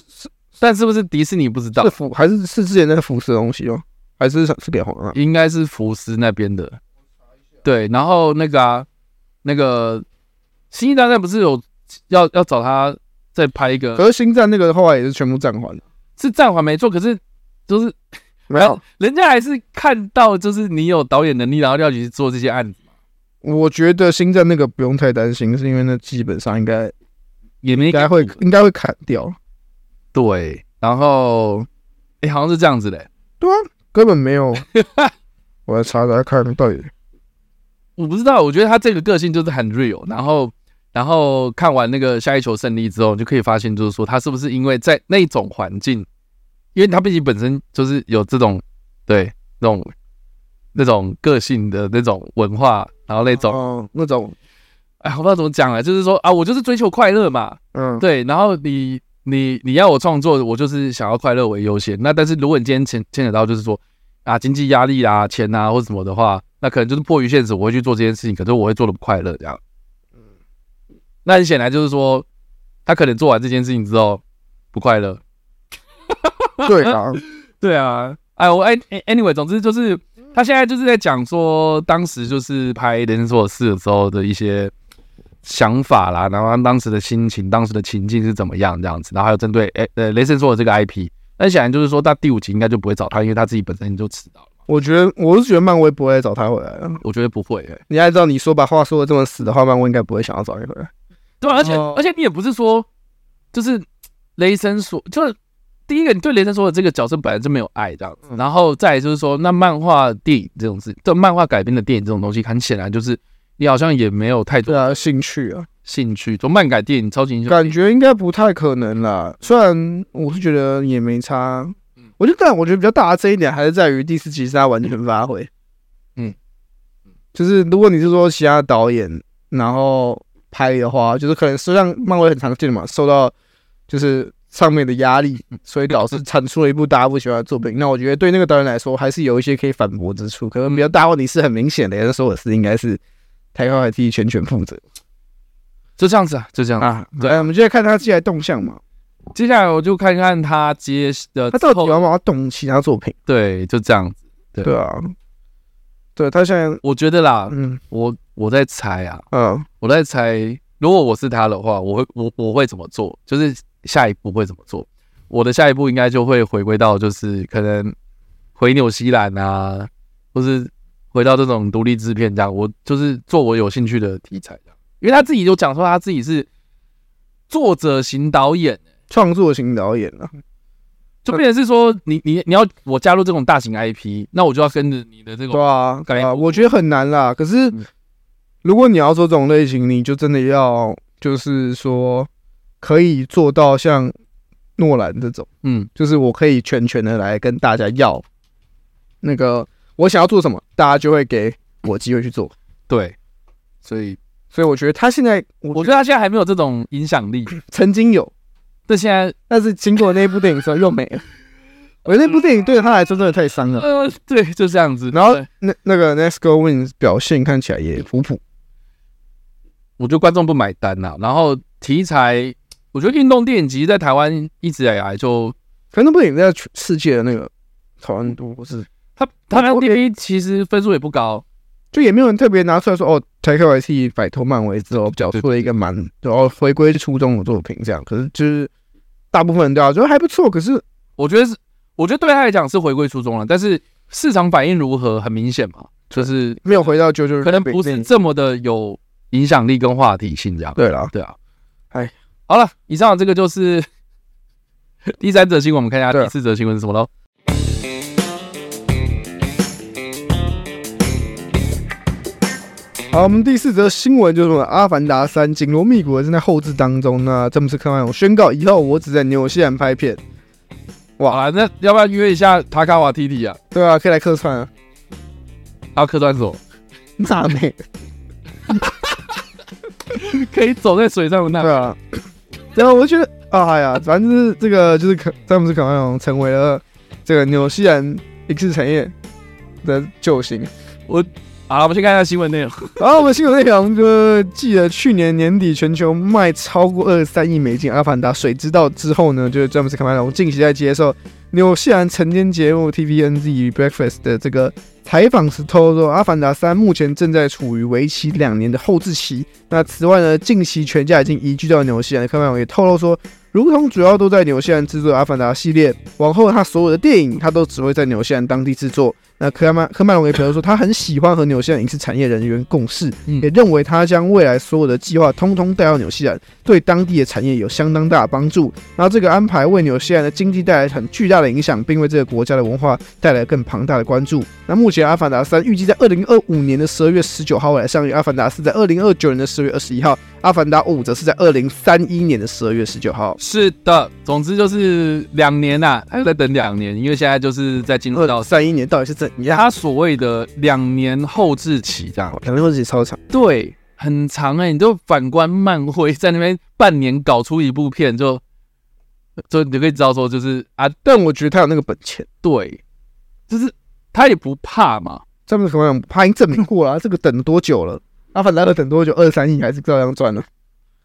Speaker 1: 但是不是迪士尼不知道
Speaker 2: 是，服还是是之前那个服饰的东西哦？还是是给红啊？
Speaker 1: 应该是福斯那边的。对，然后那个啊，那个《星际大战》不是有要要找他再拍一个，
Speaker 2: 可是星战那个后来也是全部暂缓了，
Speaker 1: 是暂缓没错，可是就是哎
Speaker 2: 没有。
Speaker 1: 人家还是看到就是你有导演能力，然后要你去做这些案子。
Speaker 2: 我觉得星战那个不用太担心，是因为那基本上应该
Speaker 1: 也没
Speaker 2: 应该会应该会砍掉。
Speaker 1: 对，然后哎、好像是这样子嘞，
Speaker 2: 根本没 *laughs* 有。我来查查看到底。
Speaker 1: 我不知道，我觉得他这个个性就是很 real，然后然后看完那个下一球胜利之后，你就可以发现，就是说他是不是因为在那种环境，因为他毕竟本身就是有这种对那种那种个性的那种文化，然后那种
Speaker 2: 哦，那种，
Speaker 1: 哎，我不知道怎么讲啊，就是说啊，我就是追求快乐嘛，
Speaker 2: *laughs* 嗯，
Speaker 1: 对，然后你你你要我创作，我就是想要快乐为优先。那但是如果你今天牵牵扯到就是说啊经济压力啊钱啊或者什么的话，那可能就是迫于现实，我会去做这件事情，可是我会做的不快乐这样。那很显然就是说，他可能做完这件事情之后不快乐。
Speaker 2: 对啊，
Speaker 1: 对啊，哎我哎哎 anyway，总之就是他现在就是在讲说，当时就是拍《人生所有事》的时候的一些想法啦，然后他当时的心情、当时的情境是怎么样这样子，然后还有针对哎呃《雷神说的这个 IP，但显然就是说，到第五集应该就不会找他，因为他自己本身就迟到了。
Speaker 2: 我觉得我是觉得漫威不会找他回来了。
Speaker 1: 我觉得不会、欸，
Speaker 2: 你按照你说把话说的这么死的话，漫威应该不会想要找你回来。
Speaker 1: 对、啊，而且、
Speaker 2: 哦
Speaker 1: 而且你也不是说，就是雷神所就是第一个，你对雷神说的这个角色本来就没有爱这样子，
Speaker 2: 嗯
Speaker 1: 然后再来就是说，那漫画电影这种事，这漫画改编的电影这种东西，很显然就是你好像也没有太
Speaker 2: 对
Speaker 1: 多
Speaker 2: 啊，兴趣啊，
Speaker 1: 兴趣做漫改电影、超级英雄
Speaker 2: 感觉应该不太可能啦。虽然我是觉得也没差，
Speaker 1: 嗯
Speaker 2: 我就但我觉得比较大的这一点还是在于第四集是他完全发挥。
Speaker 1: 嗯，
Speaker 2: 就是如果你是说其他导演然后拍的话，就是可能是像漫威很常见的嘛，受到就是上面的压力，
Speaker 1: 嗯
Speaker 2: 所以导致产出了一部大家不喜欢的作品。那我觉得对那个导演来说，还是有一些可以反驳之处。可能比较大的问题是很明显的，也是说我是应该是台湾还自己全权负责。
Speaker 1: 就这样子啊，就这样啊。
Speaker 2: 啊，
Speaker 1: 对
Speaker 2: 对，我们就在看他接下来动向嘛，
Speaker 1: 接下来我就看看他接的
Speaker 2: 他到底
Speaker 1: 后
Speaker 2: 有没有动其他作品？
Speaker 1: 对，就这样子。对
Speaker 2: 对啊，对他现在，
Speaker 1: 我觉得啦，
Speaker 2: 嗯
Speaker 1: 我我在猜啊，
Speaker 2: 嗯，
Speaker 1: 我在猜，如果我是他的话，我会我我会怎么做？就是下一步会怎么做？我的下一步应该就会回归到就是可能回纽西兰啊，或是回到这种独立制片这样，我就是做我有兴趣的题材这样。因为他自己就讲说他自己是作者型导演，
Speaker 2: 创作型导演啊，
Speaker 1: 就变成是说你你你要我加入这种大型 IP，那我就要跟着你的这
Speaker 2: 对
Speaker 1: 种
Speaker 2: 啊，
Speaker 1: 改
Speaker 2: 对
Speaker 1: 编
Speaker 2: 啊，
Speaker 1: 过
Speaker 2: 我觉得很难啦。可是
Speaker 1: 嗯
Speaker 2: 如果你要做这种类型，你就真的要就是说可以做到像诺兰这种，
Speaker 1: 嗯
Speaker 2: 就是我可以全权的来跟大家要那个我想要做什么，大家就会给我机会去做。
Speaker 1: 对，所以
Speaker 2: 所以我觉得他现在，我
Speaker 1: 我觉得他现在还没有这种影响力，
Speaker 2: 曾经有，
Speaker 1: 但现在
Speaker 2: 但是经过那部电影之后又没
Speaker 1: *laughs*
Speaker 2: 了。我觉得那部电影对他来说真的太伤了。
Speaker 1: 呃， *laughs* 对，就这样子。
Speaker 2: 然后
Speaker 1: 对
Speaker 2: 那那个 Next Go Win 表现看起来也普普，
Speaker 1: 我觉得观众不买单呐、然后题材，我觉得运动电影其实在台湾一直以来就
Speaker 2: 可是那部电影在全世界的那个讨论度不是，
Speaker 1: 它它
Speaker 2: 我
Speaker 1: 跟 DV 其实分数也不高，
Speaker 2: 就也没有人特别拿出来说哦 t a k e y t 摆脱漫威之后，
Speaker 1: 对
Speaker 2: 讲出了一个蛮然后回归初衷的作品这样。可是就是大部分人都要觉得还不错，可是
Speaker 1: 我觉得是，我觉得对他来讲是回归初衷了，但是市场反应如何很明显嘛，就是
Speaker 2: 没有回到九九，
Speaker 1: 可能不是这么的有影响力跟话题性这样。
Speaker 2: 对啦，
Speaker 1: 对啊，
Speaker 2: 哎，
Speaker 1: 好了，以上这个就是 *laughs* 第三则新闻，我们看一下
Speaker 2: 对啊
Speaker 1: 第四则新闻是什么喽。
Speaker 2: 好，我们第四则新闻就是《阿凡达三》紧锣密鼓的正在后置当中。那詹姆斯·科曼有宣告，以后我只在纽西兰拍片。
Speaker 1: 好啦，那要不要约一下塔卡瓦 T T 啊？
Speaker 2: 对啊，可以来客串啊，
Speaker 1: 他客串什么？
Speaker 2: 娜美。
Speaker 1: 可以走在水上的那
Speaker 2: 对啊，然后我就觉得，啊、哎呀，反正就是这个就是可詹姆斯·卡麦隆成为了这个纽西兰影视产业的救星。
Speaker 1: 好，我们先看一下新闻内容。
Speaker 2: *laughs* 然后我们新闻内容就记得去年年底全球卖超过二十三亿美金《阿凡达：水之道》之后呢，就是詹姆斯·卡麦隆近期在接受纽西兰晨间节目 TVNZ Breakfast 的这个采访时透露，《阿凡达三》目前正在处于为期两年的后置期。那此外呢，近期全家已经移居到纽西兰，卡麦隆也透露说，如同主要都在纽西兰制作的《阿凡达》系列，往后他所有的电影他都只会在纽西兰当地制作。那科曼科曼隆也表示说，他很喜欢和纽西兰影视产业人员共事，
Speaker 1: 嗯
Speaker 2: 也认为他将未来所有的计划通通带到纽西兰，对当地的产业有相当大的帮助。然后这个安排为纽西兰的经济带来很巨大的影响，并为这个国家的文化带来更庞大的关注。那目前《阿凡达三》预计在二零二五年的十二月十九号未来上映，《阿凡达四》在二零二九年的十月二十一号，《阿凡达五》则是在二零三一年的十二月十九号。
Speaker 1: 是的，总之就是两年呐、还要再等两年，因为现在就是在进入
Speaker 2: 二
Speaker 1: 到
Speaker 2: 三一年啊到底是怎样？
Speaker 1: 他所谓的两年后置期这样。
Speaker 2: 两年或者超长，
Speaker 1: 对，很长哎、你就反观漫威在那边半年搞出一部片就，就你就可以知道说，就是啊，
Speaker 2: 但我觉得他有那个本钱。
Speaker 1: 对，就是他也不怕嘛，
Speaker 2: 詹姆斯·卡梅隆他已经证明过了啊、这个等多久了？阿凡达二等多久？二三亿还是照样赚了。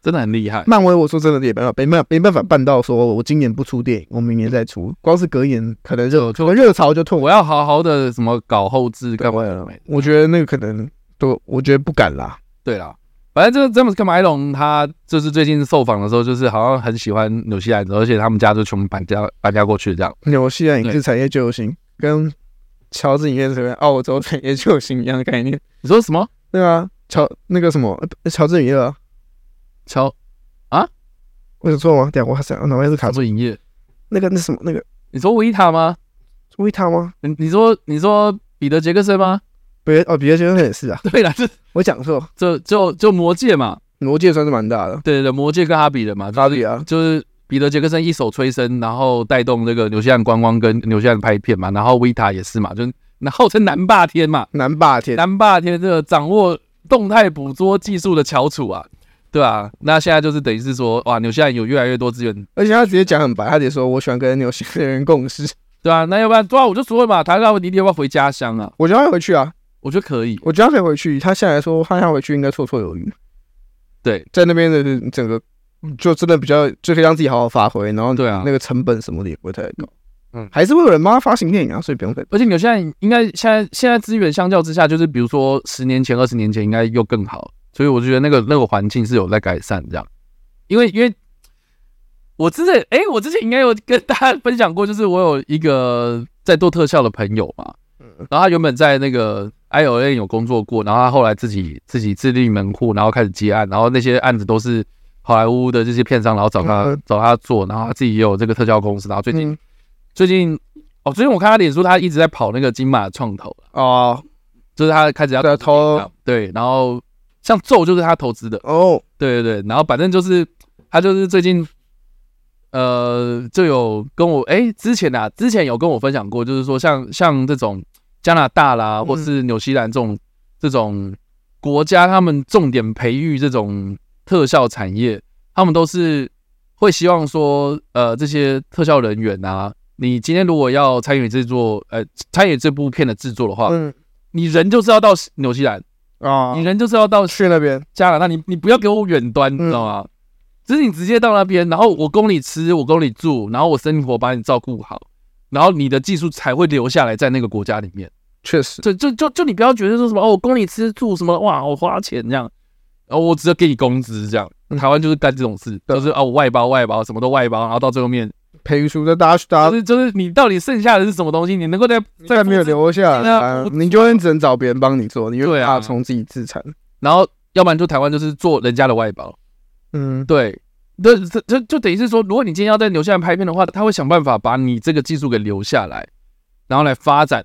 Speaker 1: 真的很厉害。
Speaker 2: 漫威，我说真的也没办法，没办法，没办法办到说我今年不出电影，我明年再出，光是隔一年可能热可能热潮就退
Speaker 1: 我要好好的什么搞后置干嘛
Speaker 2: 我
Speaker 1: 的没的？
Speaker 2: 我觉得那个可能都，我觉得不敢啦。
Speaker 1: 对啦，反正这詹姆斯·卡麦隆他就是最近受访的时候，就是好像很喜欢纽西兰，而且他们家就全部搬家搬家过去这样。
Speaker 2: 纽西啊兰影视产业救星跟乔治影业这边澳洲产业救星一样的概念，
Speaker 1: 你说什么？
Speaker 2: 对啊，乔那个什么呃乔治影业啊，
Speaker 1: 乔
Speaker 2: 我有错吗？等一下哇塞，我脑袋是卡
Speaker 1: 乔
Speaker 2: 住。
Speaker 1: 治影业？
Speaker 2: 那个那什么那个
Speaker 1: 你说维塔吗？
Speaker 2: 维塔吗？
Speaker 1: 你你说你说彼得·杰克森吗？ *laughs*
Speaker 2: 别哦，别的先生也是啊， *laughs*
Speaker 1: 对了，这
Speaker 2: 我讲错，
Speaker 1: 这就就魔戒嘛，
Speaker 2: 魔界算是蛮大的，
Speaker 1: 对对对，魔戒跟他比的嘛，
Speaker 2: 哪里啊？
Speaker 1: 就是彼得·杰克森一手催生，然后带动这个纽西兰观光跟纽西兰拍片嘛，然后维塔也是嘛，就那号称南霸天嘛，
Speaker 2: 南霸天，
Speaker 1: 南霸天这个掌握动态捕捉技术的翘楚啊，对啊，那现在就是等于是说，哇，纽西兰有越来越多资源，
Speaker 2: 而且他直接讲很白，他直接说我喜欢跟纽西兰人共事， *laughs*
Speaker 1: 对啊，那要不然，对啊，我就说了嘛，台湾你要不要回家乡啊？
Speaker 2: 我觉得他回去啊，
Speaker 1: 我觉得可以，
Speaker 2: 我觉得他可以回去，他现在说他想回去应该绰绰有余，
Speaker 1: 对
Speaker 2: 在那边的整个就真的比较就可以让自己好好发挥，然后
Speaker 1: 对啊
Speaker 2: 那个成本什么的也不会太高，
Speaker 1: 嗯
Speaker 2: 还是会有人帮他发行电影啊，所以不用太
Speaker 1: 而且纽西兰应该现在现在资源相较之下，就是比如说十年前、二十年前应该又更好，所以我就觉得那个那个环境是有在改善这样。因为因为我之前哎、我之前应该有跟大家分享过，就是我有一个在做特效的朋友嘛，
Speaker 2: 嗯
Speaker 1: 然后他原本在那个 I O N 有工作过，然后他后来自己自己自立门户，然后开始接案，然后那些案子都是好莱坞的这些片商，然后找他、
Speaker 2: 嗯
Speaker 1: 找他做，然后他自己也有这个特效公司，然后最近、
Speaker 2: 嗯
Speaker 1: 最近哦，最近我看他脸书，他一直在跑那个金马创投，
Speaker 2: 哦
Speaker 1: 就是他开始要
Speaker 2: 对啊投
Speaker 1: 对，然后像咒就是他投资的，
Speaker 2: 哦，
Speaker 1: 对对对，然后反正就是他就是最近呃就有跟我哎、之前啊之前有跟我分享过，就是说像像这种加拿大啦
Speaker 2: 嗯
Speaker 1: 或是纽西兰这种、这种国家，他们重点培育这种特效产业，他们都是会希望说，呃，这些特效人员啊，你今天如果要参与制作，呃，参与这部片的制作的话，
Speaker 2: 嗯
Speaker 1: 你人就是要到纽西兰，
Speaker 2: 啊
Speaker 1: 哦你，人就是要到
Speaker 2: 去那边
Speaker 1: 加拿大，你你不要给我远端，
Speaker 2: 嗯
Speaker 1: 你知道吗？就是你直接到那边，然后我供你吃，我供你住，然后我生活把你照顾好，然后你的技术才会留下来在那个国家里面。
Speaker 2: 确实
Speaker 1: 就就就就你不要觉得说什么哦，我供你吃住什么哇，我花钱这样，然后我只要给你工资这样。
Speaker 2: 嗯
Speaker 1: 台湾就是干这种事，就是哦我外包外包，什么都外包，然后到最后面
Speaker 2: 培育出的大家大
Speaker 1: 就
Speaker 2: 家
Speaker 1: 是就是你到底剩下的是什么东西，你能够在
Speaker 2: 再没有
Speaker 1: 留，
Speaker 2: 留下
Speaker 1: 对
Speaker 2: 来，
Speaker 1: 啊
Speaker 2: 啊
Speaker 1: 我
Speaker 2: 你就会只能找别人帮你做，你就
Speaker 1: 对啊
Speaker 2: 怕从自己自残，
Speaker 1: 然后要不然就台湾就是做人家的外包，
Speaker 2: 嗯，
Speaker 1: 对。这这这就等于是说，如果你今天要在留下来拍片的话，他会想办法把你这个技术给留下来，然后来发展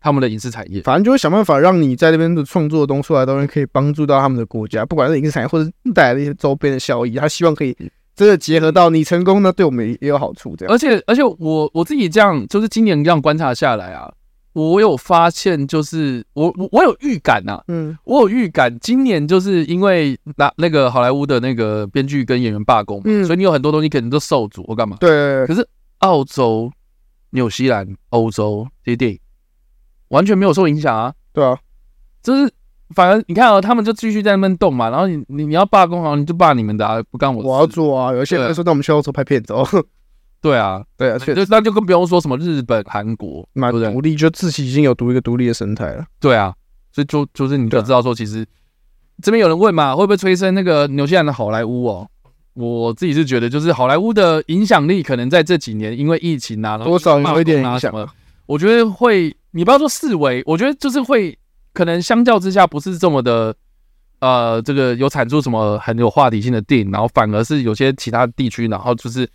Speaker 1: 他们的影视产业。
Speaker 2: 反正就会想办法让你在那边的创作的东西出来的东西可以帮助到他们的国家，不管是影视产业或者带来的一些周边的效益，他希望可以真的结合到你成功呢，对我们也也有好处。这样，
Speaker 1: 而且而且我我自己这样，就是今年这样观察下来啊，我有发现，就是我我我有预感呐、啊，
Speaker 2: 嗯，
Speaker 1: 我有预感，今年就是因为那那个好莱坞的那个编剧跟演员罢工嘛，
Speaker 2: 嗯
Speaker 1: 所以你有很多东西可能都受阻或干嘛。
Speaker 2: 对，
Speaker 1: 可是澳洲、纽西兰、欧洲这些电影完全没有受影响啊，
Speaker 2: 对啊，
Speaker 1: 就是反而你看哦，他们就继续在那边动嘛，然后你你你要罢工好，你就罢你们的啊，不干我的事
Speaker 2: 我要做啊，有一些人
Speaker 1: 对
Speaker 2: 会说，那我们去欧洲拍片子哦，
Speaker 1: 对啊，
Speaker 2: *laughs* 对啊，确实，
Speaker 1: 就那就更不用说什么日本、韩国，
Speaker 2: 蛮
Speaker 1: 对不对？
Speaker 2: 独立，就自己已经有独一个独立的生态了。
Speaker 1: 对啊，所以就就是你
Speaker 2: 对
Speaker 1: 就
Speaker 2: 啊
Speaker 1: 知道说，其实这边有人问嘛，会不会催生那个纽西兰的好莱坞哦？我自己是觉得，就是好莱坞的影响力可能在这几年因为疫情啊，然后
Speaker 2: 多少有一点
Speaker 1: 罢工啊
Speaker 2: 影响
Speaker 1: 什么我觉得会，你不要说四维，我觉得就是会，可能相较之下不是这么的，呃，这个有产出什么很有话题性的电影，然后反而是有些其他地区，然后就是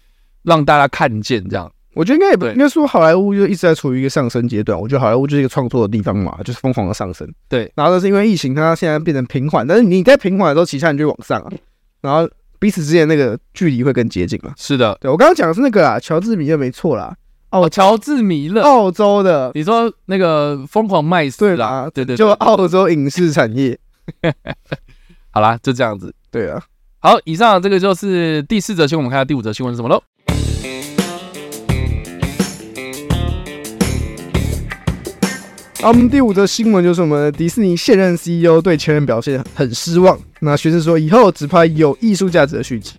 Speaker 1: 让大家看见这样。
Speaker 2: 我觉得应该也不
Speaker 1: 对
Speaker 2: 应该说好莱坞就一直在处于一个上升阶段。我觉得好莱坞就是一个创作的地方嘛，就是疯狂的上升。
Speaker 1: 对，
Speaker 2: 然后但是因为疫情，它现在变成平缓，但是你在平缓的时候，其他人就会往上
Speaker 1: 嗯
Speaker 2: 啊，然后彼此之间那个距离会更接近了。
Speaker 1: 是的，
Speaker 2: 对我刚刚讲的是那个啦，乔治米勒没错啦，
Speaker 1: 哦，乔治米勒，
Speaker 2: 澳洲的
Speaker 1: 你说那个疯狂麦斯
Speaker 2: 对
Speaker 1: 啦
Speaker 2: 啦，
Speaker 1: 对对，
Speaker 2: 就
Speaker 1: 对
Speaker 2: 澳洲影视产业。
Speaker 1: 好啦，就这样子。
Speaker 2: 对啊，
Speaker 1: 好，以上这个就是第四则新闻，我们看下第五则新闻是什么喽？
Speaker 2: 好，我们第五则新闻就是我们的迪士尼现任 E CEO 对前任表现很失望。那学士说以后只拍有艺术价值的续集。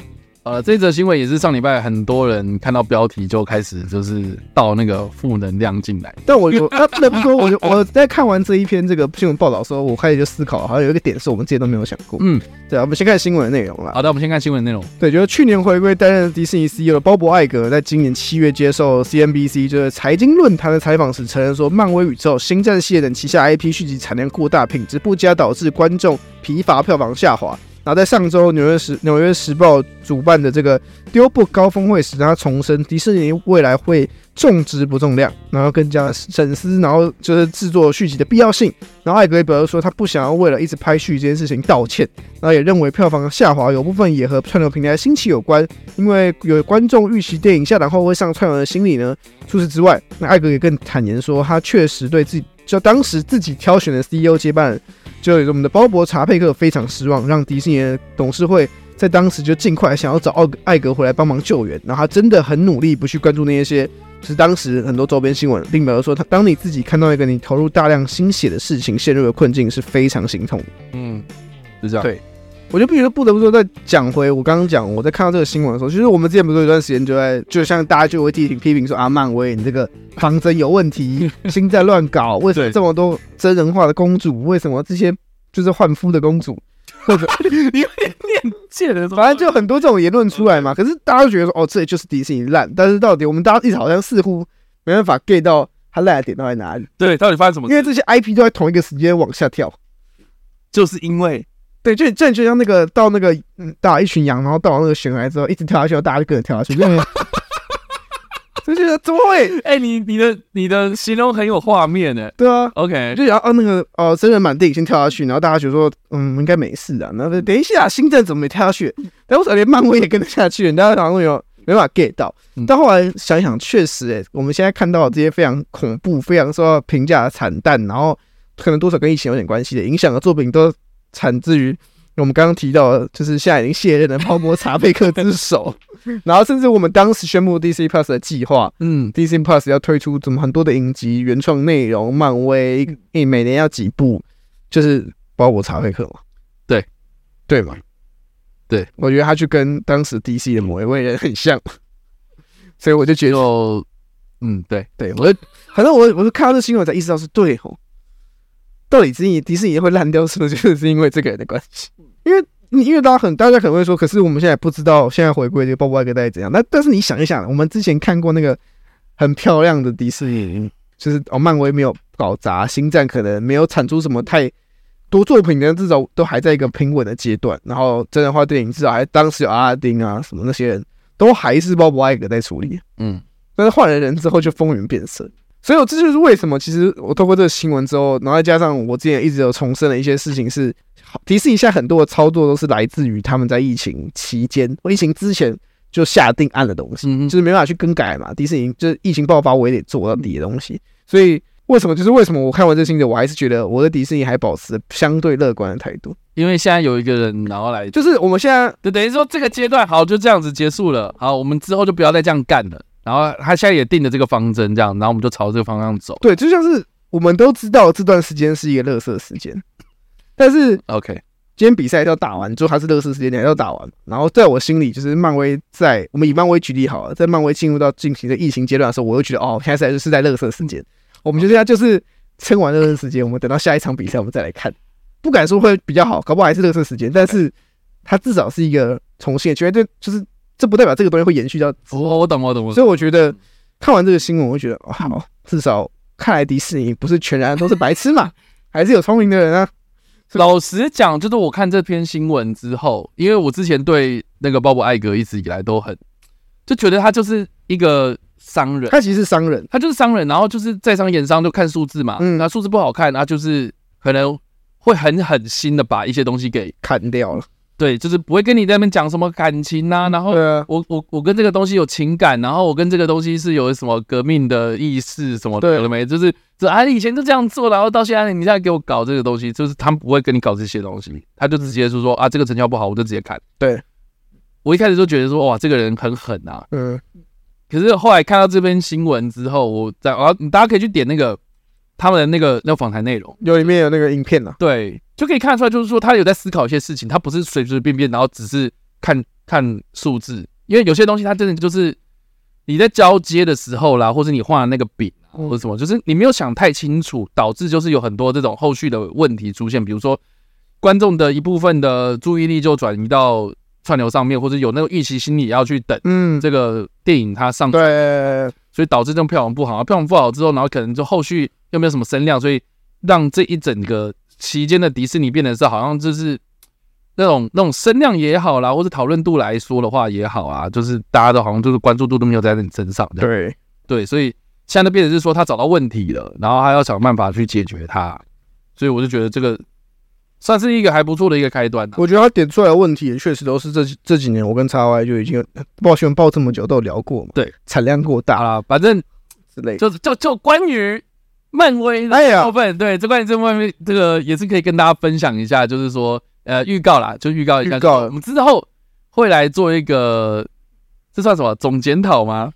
Speaker 1: 呃，这则新闻也是上礼拜很多人看到标题就开始就是倒那个负能量进来。
Speaker 2: 但我我那那不说，我就我在看完这一篇这个新闻报道的时候，我开始就思考，好像有一个点是我们之前都没有想过。
Speaker 1: 嗯，
Speaker 2: 对啊，我们先看新闻的内容啦。
Speaker 1: 好的，我们先看新闻内容。
Speaker 2: 对，就是去年回归担任迪士尼 CEO 的鲍勃·艾格，在今年七月接受 CNBC 就是财经论坛的采访时承认说，漫威宇宙、星战系列等旗下 IP 续集产量过大，品质不佳，导致观众疲乏，票房下滑。然后在上周，《纽约时《纽约时报》主办的这个丢布高峰会时，他重申迪士尼未来会重质不重量，然后更加审思，然后就是制作续集的必要性。然后艾格也表示说，他不想要为了一直拍续这件事情道歉。然后也认为票房下滑有部分也和串流平台兴起有关，因为有观众预期电影下档后会上串流的心理呢。除此之外，那艾格也更坦言说，他确实对自己就当时自己挑选的 CEO 接班人，就有我们的鲍勃·查佩克非常失望，让迪士尼的董事会在当时就尽快想要找奥艾格回来帮忙救援。然后他真的很努力，不去关注那些些。是当时很多周边新闻，并表示说，他当你自己看到一个你投入大量心血的事情陷入了困境，是非常心痛的。
Speaker 1: 嗯，是这样。
Speaker 2: 对我就必须说不得不说，再讲回我刚刚讲，我在看到这个新闻的时候，其实我们之前不是有一段时间就在，就像大家就会批评批评说啊，漫威你这个方针有问题，心在乱搞，为什么
Speaker 1: 对
Speaker 2: 这么多真人化的公主，为什么这些就是换肤的公主， *laughs*
Speaker 1: 你有点念贱的，
Speaker 2: 反正就很多这种言论出来嘛。可是大家都觉得说，哦，这里就是迪士尼烂，但是到底我们大家一直好像似乎没办法 get 到它烂的点到底哪里，
Speaker 1: 对，到底发生什么
Speaker 2: 因？为这些 IP 都在同一个时间往下跳。
Speaker 1: 就是因为
Speaker 2: 对，就这就像那个到那个嗯，到一群羊，然后到那个悬崖之后，一直跳下去，然后大家就跟着跳下去，就 *laughs* 就觉得怎么会？
Speaker 1: 哎、你你的你的形容很有画面呢。
Speaker 2: 对啊，
Speaker 1: OK，
Speaker 2: 就想到哦那个哦，真人版电影先跳下去，然后大家觉得说嗯应该没事的，然后等一下星战怎么没跳下去？但为什么连漫威也跟着下去？人家好像有没办法 get 到
Speaker 1: 嗯。
Speaker 2: 但后来想一想，确实、欸，我们现在看到这些非常恐怖、非常受到评价的惨淡，然后可能多少跟疫情有点关系的影响的作品，都产自于我们刚刚提到的，就是现在已经卸任的泡沫 *laughs* 查贝克之手。然后，甚至我们当时宣布 DC Plus 的计划
Speaker 1: 嗯，
Speaker 2: ，DC Plus 要推出怎么很多的影集、原创内容，漫威
Speaker 1: 嗯
Speaker 2: 诶每年要几部，就是包括查贝克嘛，
Speaker 1: 对，
Speaker 2: 对嘛，
Speaker 1: 对，
Speaker 2: 我觉得他就跟当时 DC 的某一位人很像，所以我就觉得，
Speaker 1: 就嗯，对，
Speaker 2: 对我就，反正我我是看到这新闻才意识到是对哦，到底迪士尼迪士尼会烂掉，是不是就是因为这个人的关系？因为你因为大家很大家可能会说，可是我们现在不知道现在回归这个鲍勃艾格到底怎样。那但是你想一想，我们之前看过那个很漂亮的迪士尼，就是哦，漫威没有搞砸，星战可能没有产出什么太多作品呢，至少都还在一个平稳的阶段。然后真人化电影至少还当时有阿拉丁啊什么那些人都还是鲍勃艾格在处理。
Speaker 1: 嗯，
Speaker 2: 但是换了人之后就风云变色。所以我这就是为什么，其实我透过这个新闻之后，然后再加上我之前一直有重申的一些事情是，迪士尼现在很多的操作都是来自于他们在疫情期间或疫情之前就下定案的东西，
Speaker 1: 嗯
Speaker 2: 就是没办法去更改嘛。迪士尼就是疫情爆发，我也得做到底的东西。所以为什么就是为什么我看完这新闻，我还是觉得我对迪士尼还保持相对乐观的态度。
Speaker 1: 因为现在有一个人然后来，就
Speaker 2: 就是我们现在
Speaker 1: 就等于说这个阶段好就这样子结束了，好，我们之后就不要再这样干了。然后他现在也定了这个方针，这样，然后我们就朝这个方向走。
Speaker 2: 对，就像是我们都知道这段时间是一个乐色时间，但是
Speaker 1: OK，
Speaker 2: 今天比赛要打完之后，还是热身时间点要打完。然后在我心里，就是漫威在我们以漫威举例好了，在漫威进入到进行的疫情阶段的时候，我又觉得哦，现在就是在热身时间，我们就现在就是撑完热身时间，我们等到下一场比赛我们再来看。不敢说会比较好，搞不好还是热身时间，但是它至少是一个重新的觉得就是这不代表这个东西会延续到
Speaker 1: 我我懂我懂我懂。
Speaker 2: 所以我觉得看完这个新闻，我就觉得哦好，至少看来迪士尼不是全然都是白痴嘛，还是有聪明的人啊。
Speaker 1: 老实讲，就是我看这篇新闻之后，因为我之前对那个鲍勃艾格一直以来都很，就觉得他就是一个商人，
Speaker 2: 他其实是商人，
Speaker 1: 他就是商人，然后就是在商言商，就看数字嘛。
Speaker 2: 嗯
Speaker 1: 啊那数字不好看，那就是可能会很狠心的把一些东西给
Speaker 2: 砍掉了。
Speaker 1: 对，就是不会跟你在那边讲什么感情呐、然后
Speaker 2: 对啊，
Speaker 1: 我我我跟这个东西有情感，然后我跟这个东西是有什么革命的意识什么
Speaker 2: 对
Speaker 1: 的了没？就是这啊，你以前就这样做，然后到现在你现在给我搞这个东西，就是他们不会跟你搞这些东西，他就直接就说啊，这个成效不好，我就直接砍。
Speaker 2: 对，
Speaker 1: 我一开始就觉得说哇，这个人很狠啊，
Speaker 2: 嗯，
Speaker 1: 可是后来看到这篇新闻之后，我在啊，你大家可以去点那个他们的那个那个访谈内容，
Speaker 2: 有里面有那个影片呐、啊
Speaker 1: 对，就可以看得出来，就是说他有在思考一些事情，他不是随随便便，然后只是看看数字，因为有些东西它真的就是你在交接的时候啦，或是你画的那个饼啊
Speaker 2: 嗯
Speaker 1: 或者什么，就是你没有想太清楚，导致就是有很多这种后续的问题出现，比如说观众的一部分的注意力就转移到串流上面，或者有那个预期心理要去等
Speaker 2: 嗯，
Speaker 1: 这个电影它上
Speaker 2: 对，
Speaker 1: 所以导致这种票房不好。票房不好之后，然后可能就后续又没有什么声量，所以让这一整个期间的迪士尼变得是好像就是那种那种声量也好啦，或者讨论度来说的话也好啊，就是大家都好像就是关注度都没有在你身上这样。
Speaker 2: 对，
Speaker 1: 对，所以现在就变成是说他找到问题了，然后他要想办法去解决它。所以我就觉得这个算是一个还不错的一个开端啊、
Speaker 2: 我觉得他点出来的问题也确实都是这几这几年我跟 X Y 就已经报新闻报这么久都有聊过嘛，
Speaker 1: 对，
Speaker 2: 产量过
Speaker 1: 好
Speaker 2: 大
Speaker 1: 啦，反正
Speaker 2: 之类的。
Speaker 1: 就就就关于漫威
Speaker 2: 哎
Speaker 1: 的
Speaker 2: 呀
Speaker 1: 部分，对，这关于这方面，这个也是可以跟大家分享一下，就是说，呃，预告啦，就预告一下，
Speaker 2: 预告
Speaker 1: 我们之后会来做一个，这算什么总检讨吗？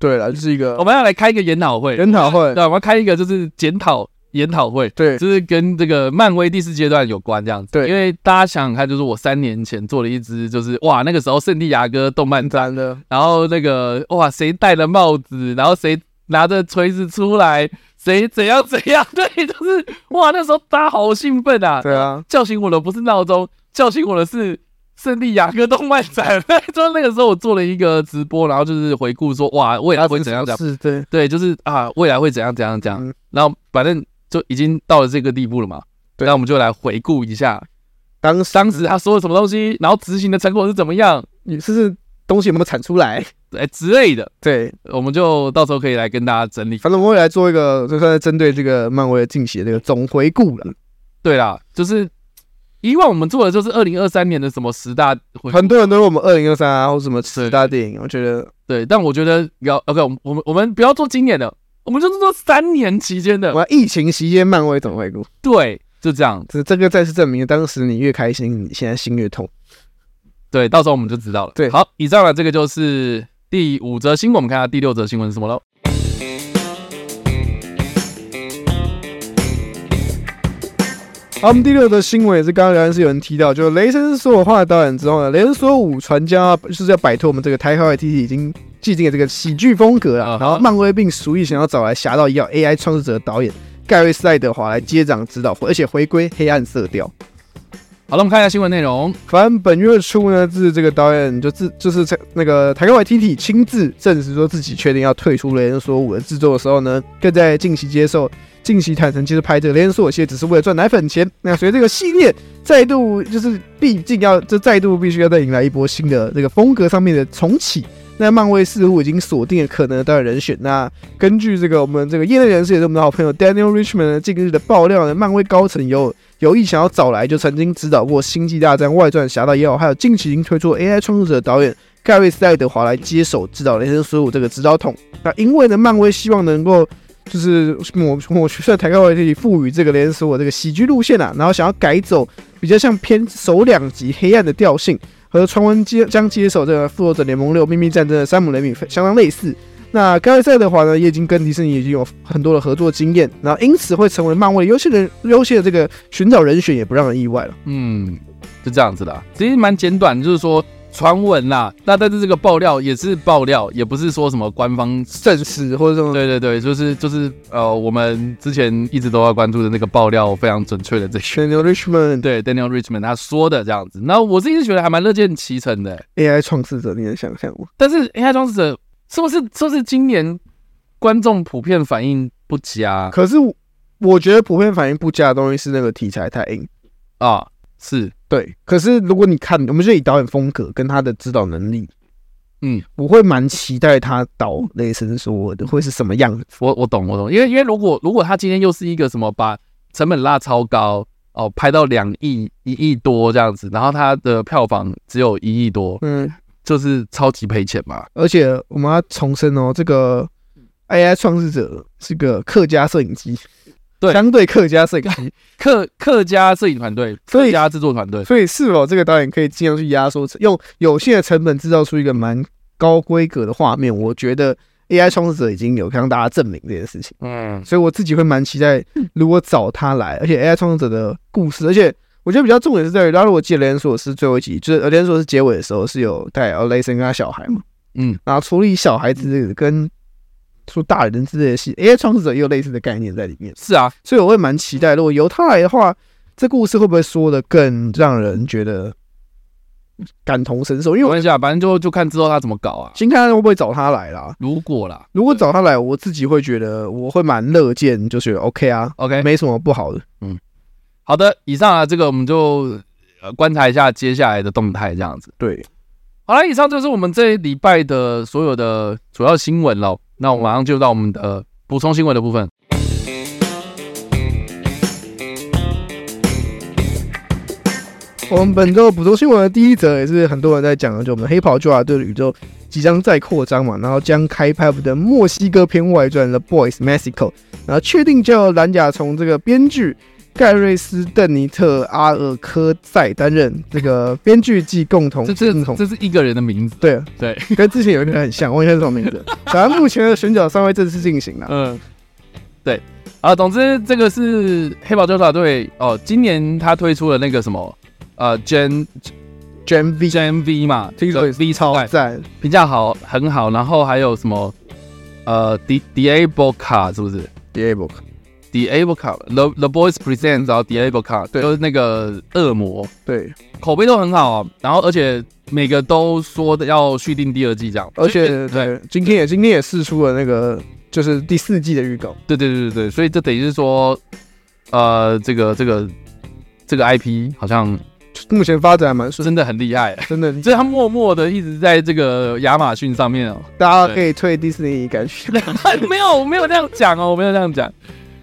Speaker 2: 对了，就是一
Speaker 1: 我
Speaker 2: 个
Speaker 1: 们要来开一个研讨会，
Speaker 2: 研讨会
Speaker 1: 对，，我们要开一个就是检讨研讨会。
Speaker 2: 对
Speaker 1: 就是跟这个漫威第四阶段有关这样子，
Speaker 2: 对
Speaker 1: 因为大家想想看，就是我三年前做了一支，就是哇，那个时候圣地亚哥动漫展。
Speaker 2: 咱的
Speaker 1: 然后那个哇，谁戴了帽子，然后谁拿着锤子出来，谁怎样怎样，对，就是哇，那时候大家好兴奋啊！
Speaker 2: 对啊，
Speaker 1: 叫醒我的不是闹钟，叫醒我的是圣地亚哥动漫展。 *laughs* 就是那个时候我做了一个直播，然后就是回顾说哇，未来会怎样怎样，
Speaker 2: 是对，
Speaker 1: 对，就是啊，未来会怎样怎样怎样。
Speaker 2: 嗯
Speaker 1: 然后反正就已经到了这个地步了嘛，
Speaker 2: 对
Speaker 1: 那我们就来回顾一下
Speaker 2: 当时
Speaker 1: 当时他说了什么东西，然后执行的成果是怎么样，
Speaker 2: 你是不是东西有没有产出来？ *laughs*
Speaker 1: 哎之类的。
Speaker 2: 对，
Speaker 1: 我们就到时候可以来跟大家整理。
Speaker 2: 反正我们会来做一个，就算是针对这个漫威进行的这个总回顾
Speaker 1: 嗯
Speaker 2: 了。
Speaker 1: 对啦，就是以往我们做的就是二零二三年的什么十大回
Speaker 2: 很多人都说我们二零二三啊，或什么十大电影，我觉得
Speaker 1: 对，但我觉得要 OK，我们我们我们不要做今年的，我们就是做三年期间
Speaker 2: 我
Speaker 1: 的，
Speaker 2: 们疫情期间漫威总回顾，
Speaker 1: 对，就这样，
Speaker 2: 这这个再次证明，当时你越开心，你现在心越痛。
Speaker 1: 对，到时候我们就知道了。
Speaker 2: 对
Speaker 1: 好，以上呢，这个就是第五则新闻，我们看下第六则新闻是什么喽。
Speaker 2: 好，我们第六则新闻也是刚刚聊天室有人提到，就是雷神说有话的导演之后呢，雷神说五传将要就是要摆脱我们这个 t a i t t 已经既定的这个喜剧风格
Speaker 1: 啊
Speaker 2: 啊
Speaker 1: 哈，
Speaker 2: 然后漫威并鼠疫想要找来侠盗一号 AI 创作者导演盖瑞斯爱德华来接掌指导，而且回归黑暗色调。
Speaker 1: 好了，我们看一下新闻内容。
Speaker 2: 反正本月初呢，自这个导演就自就是这那个台湾 YTT 亲自证实说自己确定要退出《雷神索五》的制作的时候呢，更在近期接受近期坦诚接受拍这个《雷神索五》，其实只是为了赚奶粉钱。那随着这个系列再度就是毕竟要这再度必须要再迎来一波新的这个风格上面的重启。那漫威似乎已经锁定了可能的导演人选。那根据这个我们这个业内人士也是我们的好朋友 Daniel Richman 呢近日的爆料呢，漫威高层有有意想要找来就曾经指导过《星际大战外传》《侠盗一号》，还有近期已经推出 AI 创作者导演盖瑞斯爱德华来接手指导《雷神索五》这个指导筒。那因为呢，漫威希望能够就是抹抹去在抬高维里赋予这个《雷神索五》这个喜剧路线啊，然后想要改走比较像偏首两集黑暗的调性，和传闻接将接手这个《复仇者联盟六：秘密战争》的山姆雷米相当类似。那盖瑞斯爱德华呢，也已经跟迪士尼已经有很多的合作经验，然后因此会成为漫威优秀的优秀的这个寻找人选也不让人意外了。
Speaker 1: 嗯，就这样子啦，其实蛮简短，就是说传闻啦，那但是这个爆料也是爆料，也不是说什么官方
Speaker 2: 证实或者这种
Speaker 1: 对对对，就是就是呃，我们之前一直都要关注的那个爆料非常准确的这个， *laughs*
Speaker 2: 全牛 Richmond
Speaker 1: 对 Daniel Richman 他说的这样子。那我自己是觉得还蛮乐见其成的欸，
Speaker 2: AI 创始者，你能想象吗？
Speaker 1: 但是 AI 装置者是不是是不是今年观众普遍反应不佳
Speaker 2: 可是我我觉得普遍反应不佳的东西是那个题材太硬。
Speaker 1: 啊？是，
Speaker 2: 对，可是如果你看，我们就以导演风格跟他的指导能力，
Speaker 1: 嗯，
Speaker 2: 我会蛮期待他导《雷神索尔》的会是什么样子。
Speaker 1: 我我懂我懂，因为因为如果如果他今天又是一个什么把成本拉超高哦，拍到两亿一亿多这样子，然后他的票房只有一亿多，
Speaker 2: 嗯，
Speaker 1: 就是超级赔钱嘛。
Speaker 2: 而且我们要重申哦，这个 AI 创始者是个客家摄影机，
Speaker 1: 对
Speaker 2: 相对客家摄影机，
Speaker 1: 客客家摄影团队，
Speaker 2: 所以
Speaker 1: 客家制作团队。
Speaker 2: 所以是否这个导演可以尽量去压缩，用有限的成本制造出一个蛮高规格的画面？我觉得 AI 创始者已经有向大家证明这件事情，
Speaker 1: 嗯，
Speaker 2: 所以我自己会蛮期待，如果找他来，而且 AI 创始者的故事，而且我我觉得比较重点是在于，当时我记得雷恩索斯最后一集，就是呃雷恩索斯结尾的时候是有带呃雷神跟他小孩嘛，
Speaker 1: 嗯，
Speaker 2: 然后处理小孩子跟说大人之类的戏，AI 创作者也有类似的概念在里面，
Speaker 1: 是啊，
Speaker 2: 所以我会蛮期待，如果由他来的话，这故事会不会说的更让人觉得感同身受？因
Speaker 1: 没
Speaker 2: 为我
Speaker 1: 关系啊，反正就就看之后他怎么搞啊。
Speaker 2: 先看看会不会找他来啦。
Speaker 1: 如果啦
Speaker 2: 如果找他来，我自己会觉得我会蛮乐见，就觉得 OK 啊，
Speaker 1: ，OK，
Speaker 2: 没什么不好的。
Speaker 1: 好的，以上啊，这个我们就呃观察一下接下来的动态这样子。
Speaker 2: 对，
Speaker 1: 好了，以上就是我们这一礼拜的所有的主要新闻喽。那我们马上就到我们的呃补充新闻的部分。
Speaker 2: 我们本周捕捉新闻的第一则也是很多人在讲的，就我们的黑袍纠察队的宇宙即将再扩张嘛，然后将开拍我们的墨西哥片外传《The Boys Mexico》，然后确定叫蓝甲虫这个编剧盖瑞斯·邓尼特·阿尔科塞担任这个编剧暨共同
Speaker 1: 这
Speaker 2: 共
Speaker 1: 这
Speaker 2: 同
Speaker 1: 这是一个人的名字，
Speaker 2: 对，
Speaker 1: 对，
Speaker 2: 跟之前有一个人很像，忘记他是什么名字。反正目前的选角尚未正式
Speaker 1: *laughs*
Speaker 2: 进行了。
Speaker 1: 嗯，对，啊，总之这个是黑豹纠察队哦，今年他推出了那个什么呃 Gen
Speaker 2: Jam V
Speaker 1: Gen V 嘛，
Speaker 2: 听说也
Speaker 1: V 超
Speaker 2: 超赞，
Speaker 1: 评价好很好，然后还有什么呃 D D A b o c a 是不是
Speaker 2: d i a b l
Speaker 1: D A b o c a The The Boys Presents 然后 D A b o c a
Speaker 2: 对
Speaker 1: 就是那个恶魔，
Speaker 2: 对，
Speaker 1: 口碑都很好啊，然后而且每个都说的要续订第二季这样，
Speaker 2: 而且
Speaker 1: 对
Speaker 2: 对，今天也今天也试出了那个就是第四季的预告。
Speaker 1: 对对对对对，所以这等于是说，呃，这个这个这个 IP 好像
Speaker 2: 目前发展还蛮顺，
Speaker 1: 真的很厉害， *laughs*
Speaker 2: 真的，
Speaker 1: 所以他默默的一直在这个亚马逊上面哦， *laughs*
Speaker 2: 大家可以退迪士尼感觉。
Speaker 1: 没有我没有这样讲哦，我没有这样讲。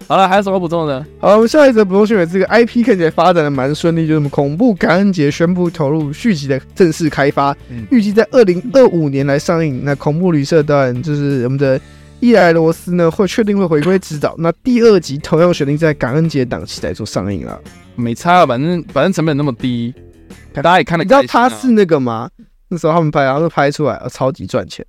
Speaker 1: 好了，还有什么补充的？
Speaker 2: *laughs* 好，我们下一则补充新闻，这个 IP 看起来发展的蛮顺利，就是我们恐怖感恩节宣布投入续集的正式开发
Speaker 1: 嗯，
Speaker 2: 预计在二零二五年来上映。那恐怖旅社导演就是我们的伊莱罗斯呢，会确定会回归执导。那第二集同样选定在感恩节档期来做上映了。
Speaker 1: 没差，反正反正成本那么低，大家也看得
Speaker 2: 你知道
Speaker 1: 开心啊
Speaker 2: 他是那个吗？那时候他们拍，然后就拍出来，呃超级赚钱。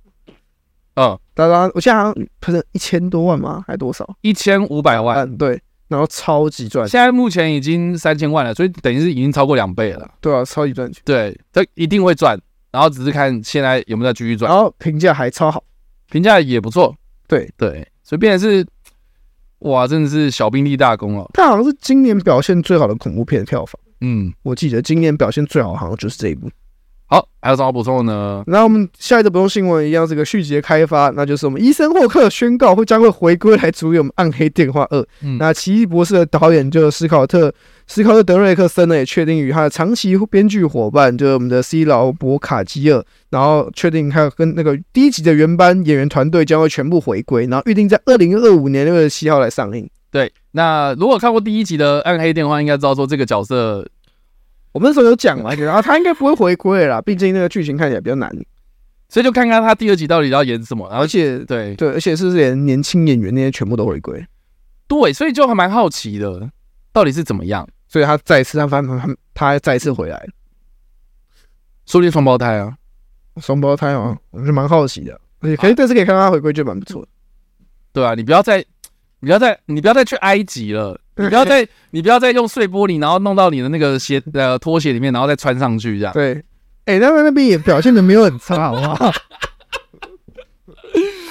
Speaker 1: 嗯
Speaker 2: 当然，我现在好像不是一千多万吗？还多少？
Speaker 1: 一千五百万，
Speaker 2: 嗯，对。然后超级赚钱，
Speaker 1: 现在目前已经三千万了，所以等于是已经超过两倍了。
Speaker 2: 对啊，超级赚钱。
Speaker 1: 对，这一定会赚，然后只是看现在有没有再继续赚
Speaker 2: 然。后评价还超好。
Speaker 1: 评价也不错。
Speaker 2: 啊对
Speaker 1: 对，所以变成是，哇，真的是小兵立大功了。
Speaker 2: 它好像是今年表现最好的恐怖片票房，
Speaker 1: 嗯，
Speaker 2: 我记得今年表现最好好像就是这一部。
Speaker 1: 好，还有什么补充的呢？
Speaker 2: 然后我们下一则补充新闻一样，这个续集的开发，那就是我们伊森霍克宣告会将会回归来主演我们《暗黑电话二》。
Speaker 1: 嗯
Speaker 2: 那《奇异博士》的导演就是斯考特，斯考特·德瑞克森呢也确定与他的长期编剧伙伴，就是我们的 C 劳伯卡基尔，然后确定还有跟那个第一集的原班演员团队将会全部回归，然后预定在二零二五年六月七号来上映。
Speaker 1: 对，那如果看过第一集的《暗黑电话》，应该知道说这个角色，
Speaker 2: 我们那时候有讲嘛，然后他应该不会回归了啦，毕竟那个剧情看起来比较难，
Speaker 1: 所以就看看他第二集到底要演什么。然后
Speaker 2: 而且
Speaker 1: 对
Speaker 2: 对，而且是连年轻演员那些全部都回归，
Speaker 1: 对，所以就还蛮好奇的，到底是怎么样？
Speaker 2: 所以他再次他翻他他再次回来了，
Speaker 1: 说不定双胞胎啊，
Speaker 2: 双胞胎啊，我是蛮好奇的，而且可以但是可以看到他回归就蛮不错的，
Speaker 1: 对啊，你不要再，你不要再，你不要再去埃及了。你不要再，你不要再用碎玻璃，然后弄到你的那个鞋呃拖鞋里面，然后再穿上去这样。
Speaker 2: 对，哎、他们那边也表现的没有很差，好不 *laughs* 好？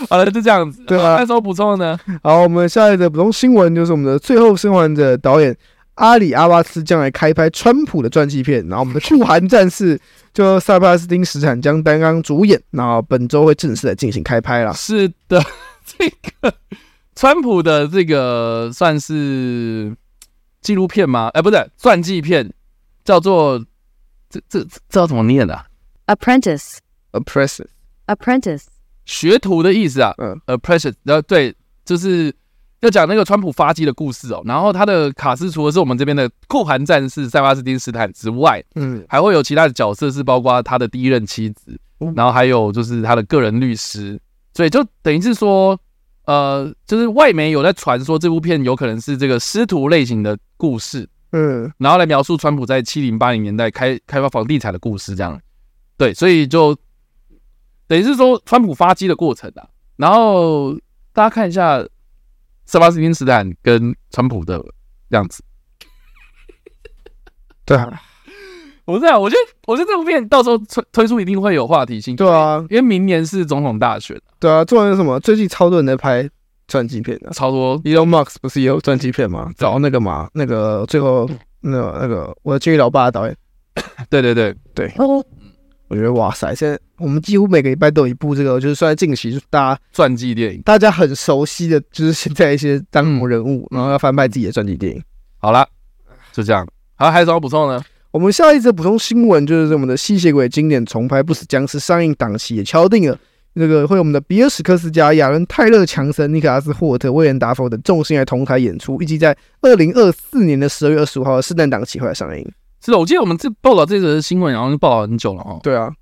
Speaker 1: 好了，就这样子。
Speaker 2: 对啊
Speaker 1: 那时候补充的呢？
Speaker 2: 好，我们下一则补充新闻就是我们的《最后生还者》导演阿里阿巴斯将来开拍川普的传记片，然后我们的酷寒战士就萨巴斯汀·史坦将担纲主演，然后本周会正式的进行开拍啦。
Speaker 1: 是的，这个川普的这个算是纪录片吗？哎、不是传记片，叫做这这这这要怎么念的、啊？
Speaker 3: apprentice,
Speaker 2: Oppressive，
Speaker 3: apprentice,
Speaker 1: 学徒的意思啊。
Speaker 2: 嗯，
Speaker 1: 呃，precious，然后对，就是要讲那个川普发迹的故事哦。然后他的卡斯除了是我们这边的酷寒战士塞巴斯汀·斯坦之外，
Speaker 2: 嗯，
Speaker 1: 还会有其他的角色，是包括他的第一任妻子
Speaker 2: 嗯，
Speaker 1: 然后还有就是他的个人律师，所以就等于是说，呃，就是外媒有在传说这部片有可能是这个师徒类型的故事，
Speaker 2: 嗯，
Speaker 1: 然后来描述川普在七零八零年代开开发房地产的故事，这样，对，所以就等于是说川普发迹的过程啊，然后大家看一下塞巴斯汀斯坦跟川普的样子，
Speaker 2: 对啊，
Speaker 1: 我在，我觉得，我觉得这部片到时候推推出一定会有话题性，
Speaker 2: 对啊，
Speaker 1: 因为明年是总统大选，
Speaker 2: 对啊，重点是什么？最近超多人在拍传记片啊的、
Speaker 1: 超多
Speaker 2: Elon Musk 不是也有传记片吗？找那个嘛，那个最后那个那个我的监狱老爸的导演，
Speaker 1: 对对对，
Speaker 2: 对，
Speaker 3: Oh.
Speaker 2: 我觉得哇塞，现在我们几乎每个礼拜都有一部这个，就是算在近期就是大家
Speaker 1: 传记电影。
Speaker 2: 大家很熟悉的，就是现在一些当红人物，然后要翻拍自己的传记电影。
Speaker 1: 好了，就这样。好，还有什么补充呢？
Speaker 2: 我们下一则补充新闻就是我们的吸血鬼经典重拍《不死僵尸》上映档期也敲定了。那个会有我们的比尔·史克斯加、亚伦·泰勒·强森、尼克拉斯·霍特、威廉·达佛等众星来同台演出，预计在二零二四年的十二月二十五号的圣诞档期会来上映。
Speaker 1: 是的，我记得我们这报道这则新闻，然后就报道很久了哦。
Speaker 2: 对啊，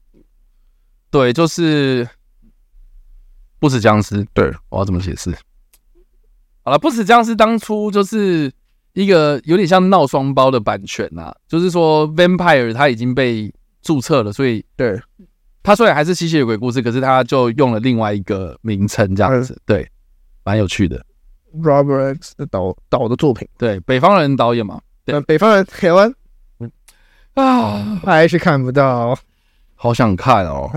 Speaker 1: 对，就是不死僵尸。
Speaker 2: 对，
Speaker 1: 我要怎么解释？好了，不死僵尸当初就是一个有点像闹双胞的版权啊，就是说 Vampire 它已经被注册了，所以
Speaker 2: 对，
Speaker 1: 它虽然还是吸血鬼故事，可是它就用了另外一个名称这样子，对，蛮有趣的。
Speaker 2: Robert X 的导导的作品，
Speaker 1: 对，北方人导演嘛，对
Speaker 2: 那北方人台湾
Speaker 1: 啊，
Speaker 2: 还是看不到，
Speaker 1: 好想看哦。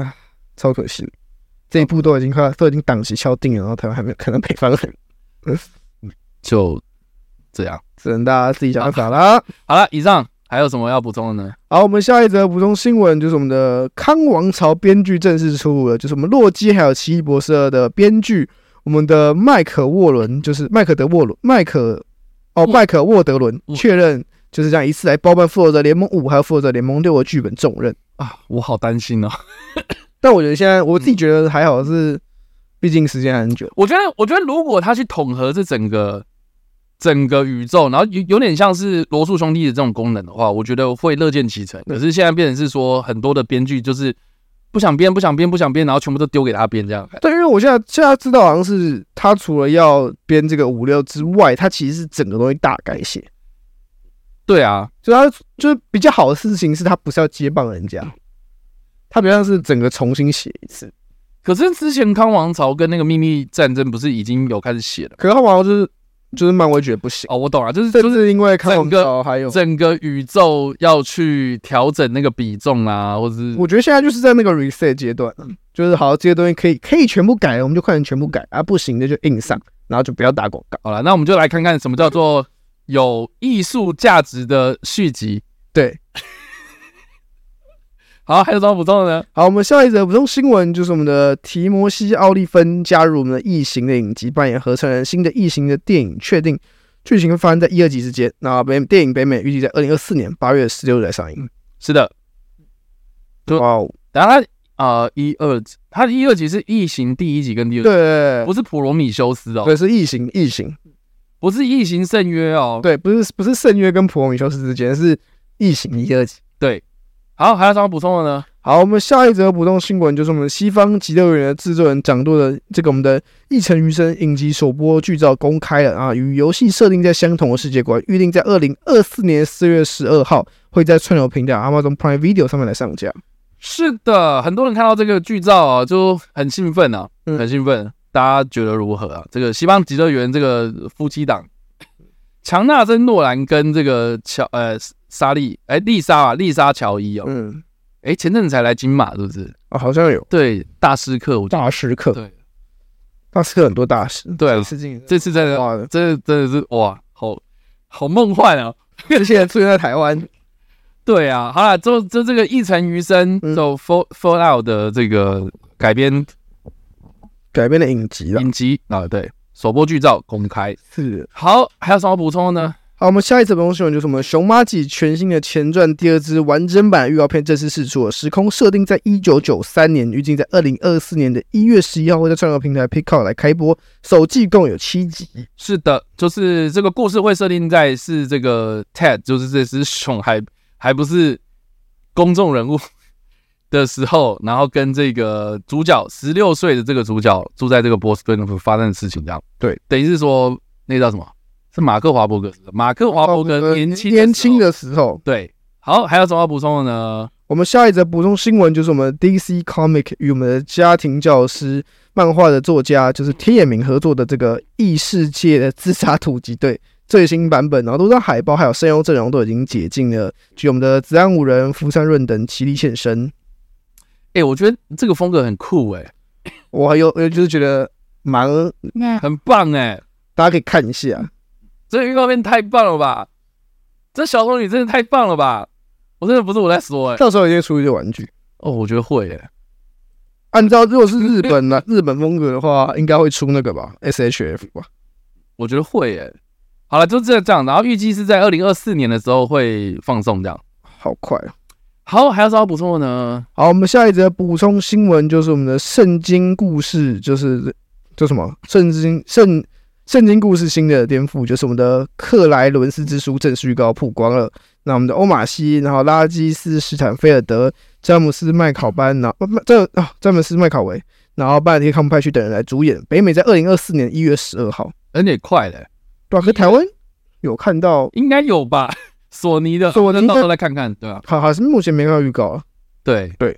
Speaker 2: 超可惜。这一部都已经快都已经档期敲定了，然后台湾还没有看到北方人，
Speaker 1: 就这样。
Speaker 2: 只能大家自己想办
Speaker 1: *laughs*
Speaker 2: 法啦。
Speaker 1: 好了，以上还有什么要补充的呢？
Speaker 2: 好，我们下一则补充新闻就是我们的《康王朝》编剧正式出炉了，就是我们《洛基》还有《奇异博士二》的编剧，我们的麦克沃伦，就是麦克德沃伦，麦克哦，
Speaker 1: 嗯
Speaker 2: 麦克沃德伦
Speaker 1: 嗯
Speaker 2: 确认就是这样一次来包办《复仇者联盟五》还有《复仇者联盟六》的剧本重任。
Speaker 1: 啊，我好担心哦。
Speaker 2: 但我觉得现在我自己觉得还好是，
Speaker 1: 嗯
Speaker 2: 毕竟时间还很久。
Speaker 1: 我觉得，我觉得如果他去统合这整个整个宇宙，然后有有点像是罗素兄弟的这种功能的话，我觉得会乐见其成。可是现在变成是说，很多的编剧就是不想编、不想编、不想编，然后全部都丢给他编这样。
Speaker 2: 对，因为我现在现在知道，好像是他除了要编这个五六之外，他其实是整个东西大改写。
Speaker 1: 对啊，
Speaker 2: 所以他就是比较好的事情是他不是要接棒人家，他比较像是整个重新写一次。
Speaker 1: 可嗯是之前康王朝跟那个秘密战争不是已经有开始写了？
Speaker 2: 可是他王就是就是漫威觉得不行，
Speaker 1: 哦，我懂了，就是
Speaker 2: 这
Speaker 1: 就是
Speaker 2: 就是因为看
Speaker 1: 整
Speaker 2: 王
Speaker 1: 个
Speaker 2: 朝还有，
Speaker 1: 整个宇宙要去调整那个比重啊，或者是
Speaker 2: 我觉得现在就是在那个 reset 阶段，啊就是好这些东西可以可以全部改了，我们就快点全部改啊，不行那就硬上，然后就不要打广告。
Speaker 1: 好了，那我们就来看看什么叫做有艺术价值的续集。
Speaker 2: 对，
Speaker 1: *laughs* 好，还有什么补充的呢？
Speaker 2: 好，我们下一则补充新闻就是我们的提摩西·奥利芬加入我们的《异形》的影集，扮演合成人新的《异形》的电影，确定剧情会发生在一二集之间。那北电影北美预计在二零二四年八月十六日来上映。
Speaker 1: 是的，对
Speaker 2: 哇哦，
Speaker 1: 然后它呃一二，它的一二集是《异形》第一集跟第二集，
Speaker 2: 对，
Speaker 1: 不是普罗米修斯哦
Speaker 2: 对，，是《异形》，《异形》
Speaker 1: 不是《异形圣约》哦。
Speaker 2: 对，不是不是圣约跟普罗米修斯之间，是《异形》一二集。
Speaker 1: 对，好，还有什么补充的呢？
Speaker 2: 好，我们下一则补充新闻就是我们西方极乐园的制作人掌舵的这个我们的《一城余生》影集首播剧照公开了啊，与游戏设定在相同的世界观，预定在二零二四年四月十二号会在串流平台 Amazon Prime Video 上面来上架。
Speaker 1: 是的，很多人看到这个剧照啊，就很兴奋啊，
Speaker 2: 嗯
Speaker 1: 很兴奋。大家觉得如何啊？这个西方极乐园这个夫妻档，强纳森诺兰跟这个乔呃莎莉哎丽莎啊丽莎乔伊哦，
Speaker 2: 嗯，
Speaker 1: 哎、前阵子才来金马是不是？
Speaker 2: 哦，好像有
Speaker 1: 对，大师课我觉
Speaker 2: 大师课，
Speaker 1: 对
Speaker 2: 大师课很多大师，
Speaker 1: 对啊
Speaker 2: 这次进
Speaker 1: 这次真的
Speaker 2: 哇的，
Speaker 1: 真的真的是哇，好好梦幻啊！
Speaker 2: 这些人 *laughs* 出现在台湾，
Speaker 1: 对啊，好啦，就就这个一城余生，
Speaker 2: 嗯
Speaker 1: 就 Fall Fallout 的这个改编
Speaker 2: 改编的影集了，
Speaker 1: 影集啊，对，首播剧照公开。
Speaker 2: 是。
Speaker 1: 好，还有什么补充的呢？
Speaker 2: 好，我们下一则东西闻就是我们《熊妈记》全新的前传第二支完整版预告片正式释出了，时空设定在一九九三年，预计在二零二四年的一月十一号会在串流平台 Peacock 来开播，首季共有七集。
Speaker 1: 是的，就是这个故事会设定在是这个 Ted，就是这只熊还还不是公众人物 *laughs* 的时候，然后跟这个主角十六岁的这个主角住在这个波士顿发生的事情，这样
Speaker 2: 对，
Speaker 1: 等于是说那个叫什么？是马克华伯格，是不是马克华伯格年轻
Speaker 2: 呃年轻
Speaker 1: 的时候
Speaker 2: 的时候，
Speaker 1: 对。好，还有什么要补充的呢？
Speaker 2: 我们下一则补充新闻就是我们 DC Comic 与我们的家庭教师漫画的作家就是天野明合作的这个异世界的自杀突击队 *laughs* 最新版本，然后都让海报还有声优阵容都已经解禁了，举我们的子安五人、福山润等齐力现身。
Speaker 1: 哎、我觉得这个风格很酷哎、
Speaker 2: 我还有呃就是觉得蛮，
Speaker 1: 很棒哎、
Speaker 2: 大家可以看一下。
Speaker 1: 这个预告片太棒了吧！这小龙女真的太棒了吧！我真的不是我在说哎、
Speaker 2: 到时候一定会出一堆玩具。
Speaker 1: 哦，我觉得会哎、
Speaker 2: 按照如果是日本呢、 *laughs* 日本风格的话，应该会出那个吧，SHF 吧。
Speaker 1: 我觉得会耶。好了，就这这样，然后预计是在二零二四年的时候会放送这样。
Speaker 2: 好快哦！
Speaker 1: 好，还有什么要补充的呢？
Speaker 2: 好，我们下一则补充新闻就是我们的圣经故事，就是叫什么圣经圣圣经故事新的颠覆，就是我们的克莱伦斯之书正式预告曝光了。那我们的欧马西，然后拉基斯、斯坦菲尔德、詹姆斯麦考班，然后呃这啊詹姆斯麦考维，然后拜尔蒂康派区等人来主演。北美在二零二四年一月十二号，
Speaker 1: 有点快嘞，
Speaker 2: 对啊，可台湾有看到，
Speaker 1: 应该有吧？ *laughs* 索尼的，
Speaker 2: 索尼的
Speaker 1: 那到时候来看看，对吧、
Speaker 2: 好好像目前没看到预告啊。
Speaker 1: 对
Speaker 2: 对，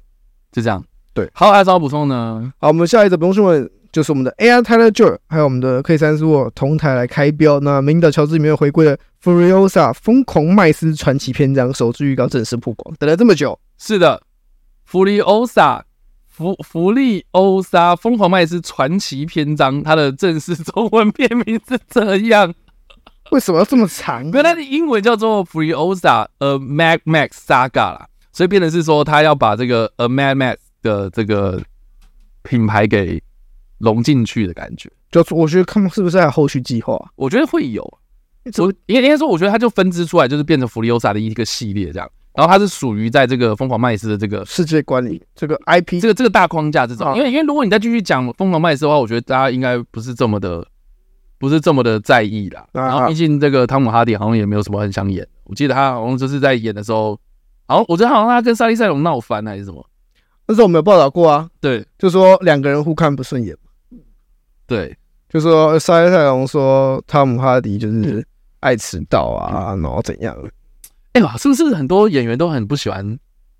Speaker 1: 就这样。
Speaker 2: 对，
Speaker 1: 还有还有什么要补充呢？
Speaker 2: 好，我们下一则不用新闻就是我们的 AI Tyler Joy，还有我们的 K 三十五同台来开标。那《明岛乔治》里面回归了 Furiosa 疯狂麦斯传奇篇章，首支预告正式曝光。等了这么久，
Speaker 1: 是的，弗利欧萨。弗弗利欧莎《疯狂麦斯传奇》篇章，它的正式中文片名是这样，
Speaker 2: 为什么要这么长？
Speaker 1: 原来的英文叫做 Furiosa，呃，Mad Max Saga 啦，所以变成是说他要把这个呃 Mad Max 的这个品牌给融进去的感觉。
Speaker 2: 就我觉得看是不是还有后续计划？
Speaker 1: 我觉得会有，我应该应该说，我觉得它就分支出来，就是变成弗利欧萨的一个系列这样。然后它是属于在这个疯狂麦斯的这个
Speaker 2: 世界观里这个 IP
Speaker 1: 这个这个大框架之中，
Speaker 2: 嗯
Speaker 1: 因为因为如果你再继续讲疯狂麦斯的话，我觉得大家应该不是这么的，不是这么的在意啦。
Speaker 2: 啊
Speaker 1: 然后毕竟这个汤姆哈迪好像也没有什么很想演，我记得他好像就是在演的时候，好像我觉得好像他跟莎莉赛隆闹翻还是什么，
Speaker 2: 那时候我们有报道过啊，
Speaker 1: 对
Speaker 2: 就说两个人互看不顺眼，
Speaker 1: 对，
Speaker 2: 就说沙耶泰隆说汤姆哈迪就是爱迟到啊，然后怎样，
Speaker 1: 哎呀，是不是很多演员都很不喜欢，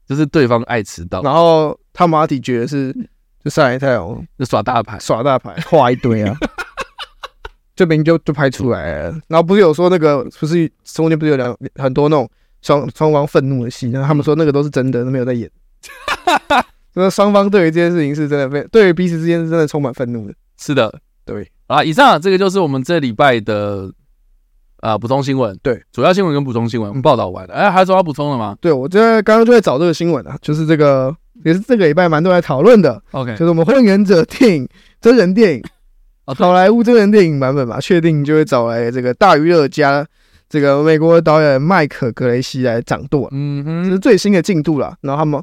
Speaker 1: 就是对方爱迟到，
Speaker 2: 然后汤姆哈迪觉得是就沙耶泰隆
Speaker 1: 就耍大牌，
Speaker 2: 耍大牌，画一堆啊， *laughs* 这名就就拍出来了。然后不是有说那个不是中间不是有两很多那种双双方愤怒的戏，然后他们说那个都是真的，没有在演。那双方对于这件事情是真的非，对于彼此之间是真的充满愤怒的。
Speaker 1: 是的，
Speaker 2: 对。
Speaker 1: 啊，以上这个就是我们这礼拜的啊补充新闻，
Speaker 2: 对，
Speaker 1: 主要新闻跟补充新闻我们报道完了，哎，还有什么要补充的吗
Speaker 2: 对我这刚刚就在找这个新闻啊，就是这个也是这个礼拜蛮多人来讨论的，
Speaker 1: ？OK，
Speaker 2: 就是我们《混元者》电影真人电影
Speaker 1: 哦对
Speaker 2: 好莱坞真人电影版本嘛，确定就会找来这个大娱乐家这个美国导演迈克·格雷西来掌舵。
Speaker 1: 嗯
Speaker 2: 这
Speaker 1: 哼，
Speaker 2: 是最新的进度了。然后他们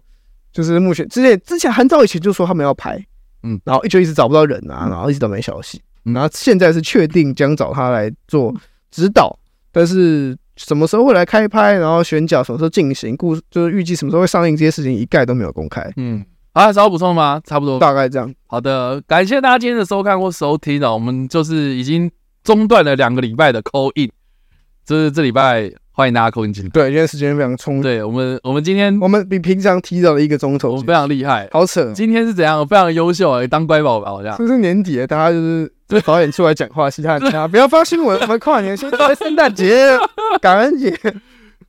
Speaker 2: 就是目前之前之前很早以前就说他们要拍，
Speaker 1: 嗯，
Speaker 2: 然后就一直找不到人啊，然后一直都没消息。
Speaker 1: 嗯
Speaker 2: 然后现在是确定将找他来做指导，但是什么时候会来开拍，然后选角什么时候进行，故事就是预计什么时候会上映，这些事情一概都没有公开。
Speaker 1: 嗯，啊，还有什么要补充的吗？差不多，
Speaker 2: 大概这样，
Speaker 1: 好的，感谢大家今天的收看或收听哦。我们就是已经中断了两个礼拜的 call in，就是这礼拜欢迎大家 call in 进来。
Speaker 2: 对，今天时间非常充足，
Speaker 1: 对我们，我们今天
Speaker 2: *laughs* 我们比平常提早了一个钟
Speaker 1: 我
Speaker 2: 头
Speaker 1: 们，非常厉害，
Speaker 2: 好扯哦，
Speaker 1: 今天是怎样非常优秀啊，当乖宝宝这样。
Speaker 2: 这是年底了，大家就是早点出来讲话，其他人 *laughs* 啊家不要发新闻，我们跨年先过圣诞节、感恩节。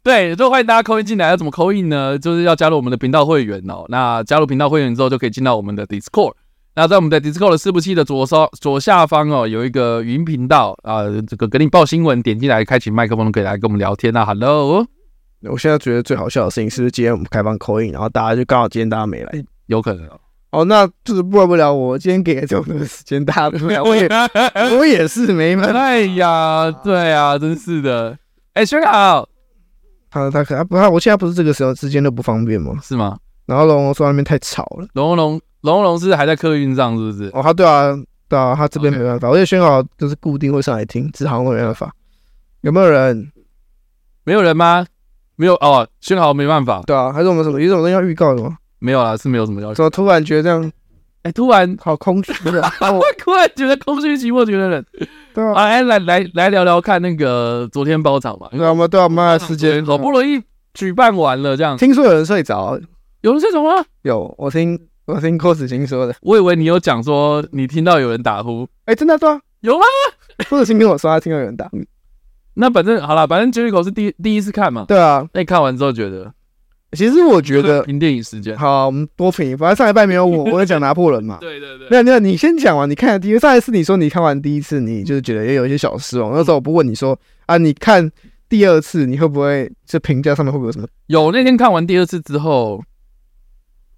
Speaker 1: 对，就欢迎大家 call in 进来。要怎么 call in 呢？就是要加入我们的频道会员哦。那加入频道会员之后，就可以进到我们的 Discord。那在我们的 Discord 的伺服器的左稍左下方哦，有一个语音频道啊、这个给你报新闻，点进来开启麦克风，可以来跟我们聊天啊。Hello，
Speaker 2: 我现在觉得最好笑的事情是，今天我们开放口音，然后大家就刚好今天大家没来。
Speaker 1: 有可能哦。
Speaker 2: *laughs* 哦，那就是不得不了我，今天给了这种的时间，大家不
Speaker 1: *laughs*
Speaker 2: 来，我也我也是没办法。
Speaker 1: 哎呀，对啊，真是的。哎、轩好
Speaker 2: 他他可他不他，我现在不是这个时候之间都不方便嘛。
Speaker 1: 是吗？
Speaker 2: 然后龙龙说那边太吵了。
Speaker 1: 龙龙龙龙是还在客运上是不是？
Speaker 2: 哦，他对啊对啊，他这边没办法，我也宣好就是固定会上来听，只航都没办法。有没有人？
Speaker 1: 没有人吗？没有哦，轩豪没办法，
Speaker 2: 对啊，还是我们什么有什么东西要预告的吗？
Speaker 1: 没有啦，是没有什么要求。
Speaker 2: 怎么突然觉得这样
Speaker 1: 哎、突然
Speaker 2: 好空虚啊？ *laughs*
Speaker 1: 我突然觉得空虚寂寞觉得冷。
Speaker 2: 对啊，
Speaker 1: 啊，来来来来聊聊看那个昨天包场吧，
Speaker 2: 对啊，我们对啊，我们
Speaker 1: 嗯
Speaker 2: 还有时间。
Speaker 1: 好不容易举办完了，这样
Speaker 2: 听说有人睡着，
Speaker 1: 有人睡着吗？
Speaker 2: 有我听我听郭子晴说的。
Speaker 1: 我以为你有讲说你听到有人打呼，
Speaker 2: *laughs* 哎、真的对啊，
Speaker 1: 有吗？
Speaker 2: 郭子晴跟我说他听到有人打，
Speaker 1: 那反正好了，反正《绝 e r 是第第一次看嘛，
Speaker 2: 对啊，
Speaker 1: 那你看完之后觉得
Speaker 2: 其实我觉 *laughs* 得，
Speaker 1: 凭电影时间，
Speaker 2: 好，我们多评，反正上礼拜没有我，我在讲拿破仑嘛。
Speaker 1: 对对对
Speaker 2: 没，有没有，你先讲完。你看了第一上一次你说你看完第一次，你就是觉得也有一些小失望。那时候我不问你说啊，你看第二次你会不会这评价上面会不会有什么？
Speaker 1: 有那天看完第二次之后，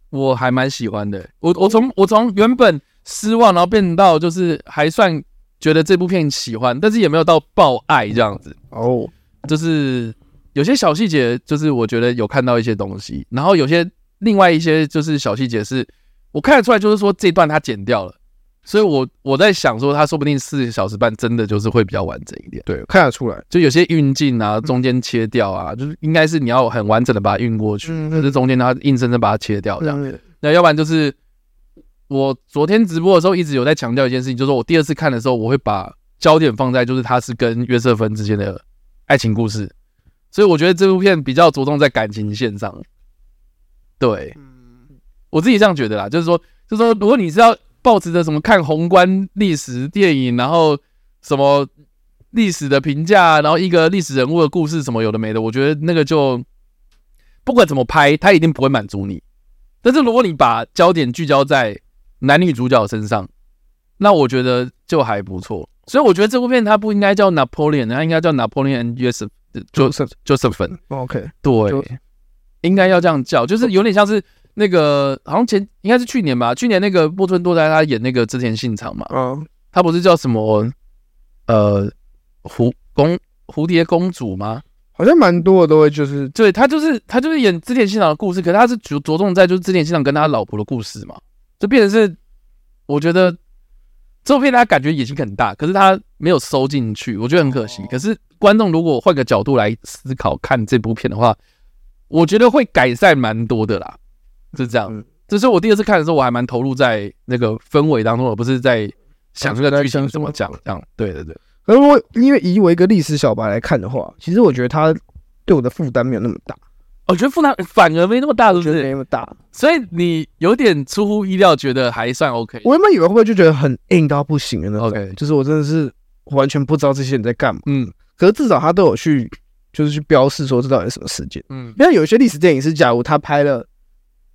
Speaker 1: 我还蛮喜欢的。我我从我从原本失望，然后变到就是还算觉得这部片喜欢，但是也没有到爆爱这样子。
Speaker 2: 哦，
Speaker 1: 就是有些小细节，就是我觉得有看到一些东西，然后有些另外一些就是小细节是我看得出来，就是说这段他剪掉了。所以我我在想说，他说不定四小时半真的就是会比较完整一点。
Speaker 2: 对，看得出来。
Speaker 1: 就有些运镜啊，中间切掉啊，就是应该是你要很完整的把它运过去，
Speaker 2: 嗯
Speaker 1: 可是中间它硬生生把它切掉这样。
Speaker 2: 嗯
Speaker 1: 那要不然就是我昨天直播的时候一直有在强调一件事情，就是我第二次看的时候，我会把焦点放在就是它是跟约瑟芬之间的爱情故事，所以我觉得这部片比较着重在感情线上。对，
Speaker 2: 嗯
Speaker 1: 我自己这样觉得啦，就是说，就是说，如果你是要抱持着什么看宏观历史电影，然后什么历史的评价，然后一个历史人物的故事什么有的没的，我觉得那个就不管怎么拍，它一定不会满足你。但是如果你把焦点聚焦在男女主角身上，那我觉得就还不错。所以我觉得这部片它不应该叫 Napoleon，它应该叫 Napoleon and Joseph
Speaker 2: 就
Speaker 1: Jo-
Speaker 2: 是
Speaker 1: Josephine。
Speaker 2: OK，就
Speaker 1: 对，应该要这样叫，就是有点像是那个，好像前应该是去年吧，去年那个莫村多哉他演那个织田信长嘛，
Speaker 2: 嗯，
Speaker 1: 他不是叫什么呃蝴公蝴蝶公主吗？
Speaker 2: 好像蛮多的都会就是
Speaker 1: 对，他就是他就是演织田信长的故事，可是他是着着重在就是织田信长跟他老婆的故事嘛，就变成是我觉得这部片他感觉野心很大，可是他没有收进去，我觉得很可惜。可是观众如果换个角度来思考看这部片的话，我觉得会改善蛮多的啦，是这样
Speaker 2: 嗯。
Speaker 1: 这是我第二次看的时候，我还蛮投入在那个氛围当中，而不是哦在想这个剧情怎么讲。这样，对对对，
Speaker 2: 可是我因为以我一个历史小白来看的话，其实我觉得他对我的负担没有那么大，
Speaker 1: 我哦觉得负担反而没那么大，是
Speaker 2: 我
Speaker 1: 不
Speaker 2: 觉得
Speaker 1: 是
Speaker 2: 没？那么大。
Speaker 1: 所以你有点出乎意料，觉得还算 OK。
Speaker 2: 我原本以为会不会就觉得很硬到不行的那种
Speaker 1: OK
Speaker 2: 就是我真的是完全不知道这些人在干嘛。
Speaker 1: 嗯
Speaker 2: 可是至少他都有去，就是去标示说这到底是什么事件。
Speaker 1: 嗯
Speaker 2: 因为有一些历史电影是，假如他拍了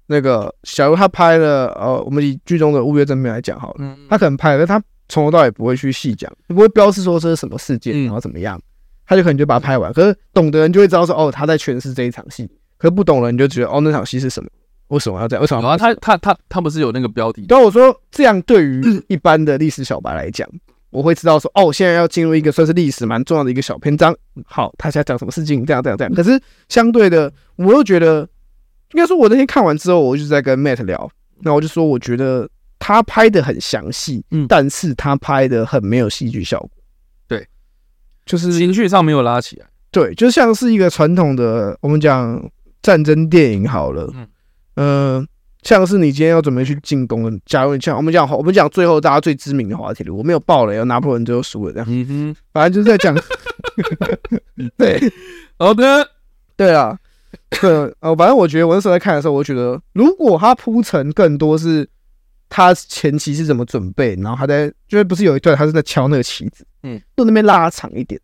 Speaker 2: 那个，假如他拍了呃，我们以剧中的乌月正面来讲好了，
Speaker 1: 嗯，
Speaker 2: 他可能拍了，但他从头到尾不会去细讲，不会标示说这是什么事件，
Speaker 1: 嗯
Speaker 2: 然后怎么样，他就可能就把它拍完。可是懂的人就会知道说，哦，他在诠释这一场戏；可是不懂的人就觉得，哦，那场戏是什么？为什么要这样？为什么
Speaker 1: 然
Speaker 2: 要
Speaker 1: 后他他他他不是有那个标题？
Speaker 2: 对啊，我说这样对
Speaker 1: 嗯
Speaker 2: 于一般的历史小白来讲，我会知道说，哦，现在要进入一个算是历史蛮重要的一个小篇章。好，他现在讲什么事情，这样这
Speaker 1: 嗯
Speaker 2: 样这样。可是相对的，我又觉得，应该说，我那天看完之后，我就在跟 Matt 聊，那我就说，我觉得他拍的很详细，
Speaker 1: 嗯
Speaker 2: 但是他拍的很没有戏剧效果。
Speaker 1: 对，
Speaker 2: 就是
Speaker 1: 情绪上没有拉起来。
Speaker 2: 对，就像是一个传统的我们讲战争电影好了，
Speaker 1: 嗯
Speaker 2: 嗯，呃，像是你今天要准备去进攻的，假如你像我们讲，我们讲最后大家最知名的滑铁卢，我没有爆了，有拿破仑最后输了这样，
Speaker 1: 嗯哼，
Speaker 2: 反正就是在讲， *laughs* 对
Speaker 1: 好的，
Speaker 2: 对啊，对，呃，反正我觉得我那时候在看的时候，我觉得如果他铺陈更多是他前期是怎么准备，然后他在就是不是有一段他是在敲那个棋子，
Speaker 1: 嗯，
Speaker 2: 就那边拉长一点，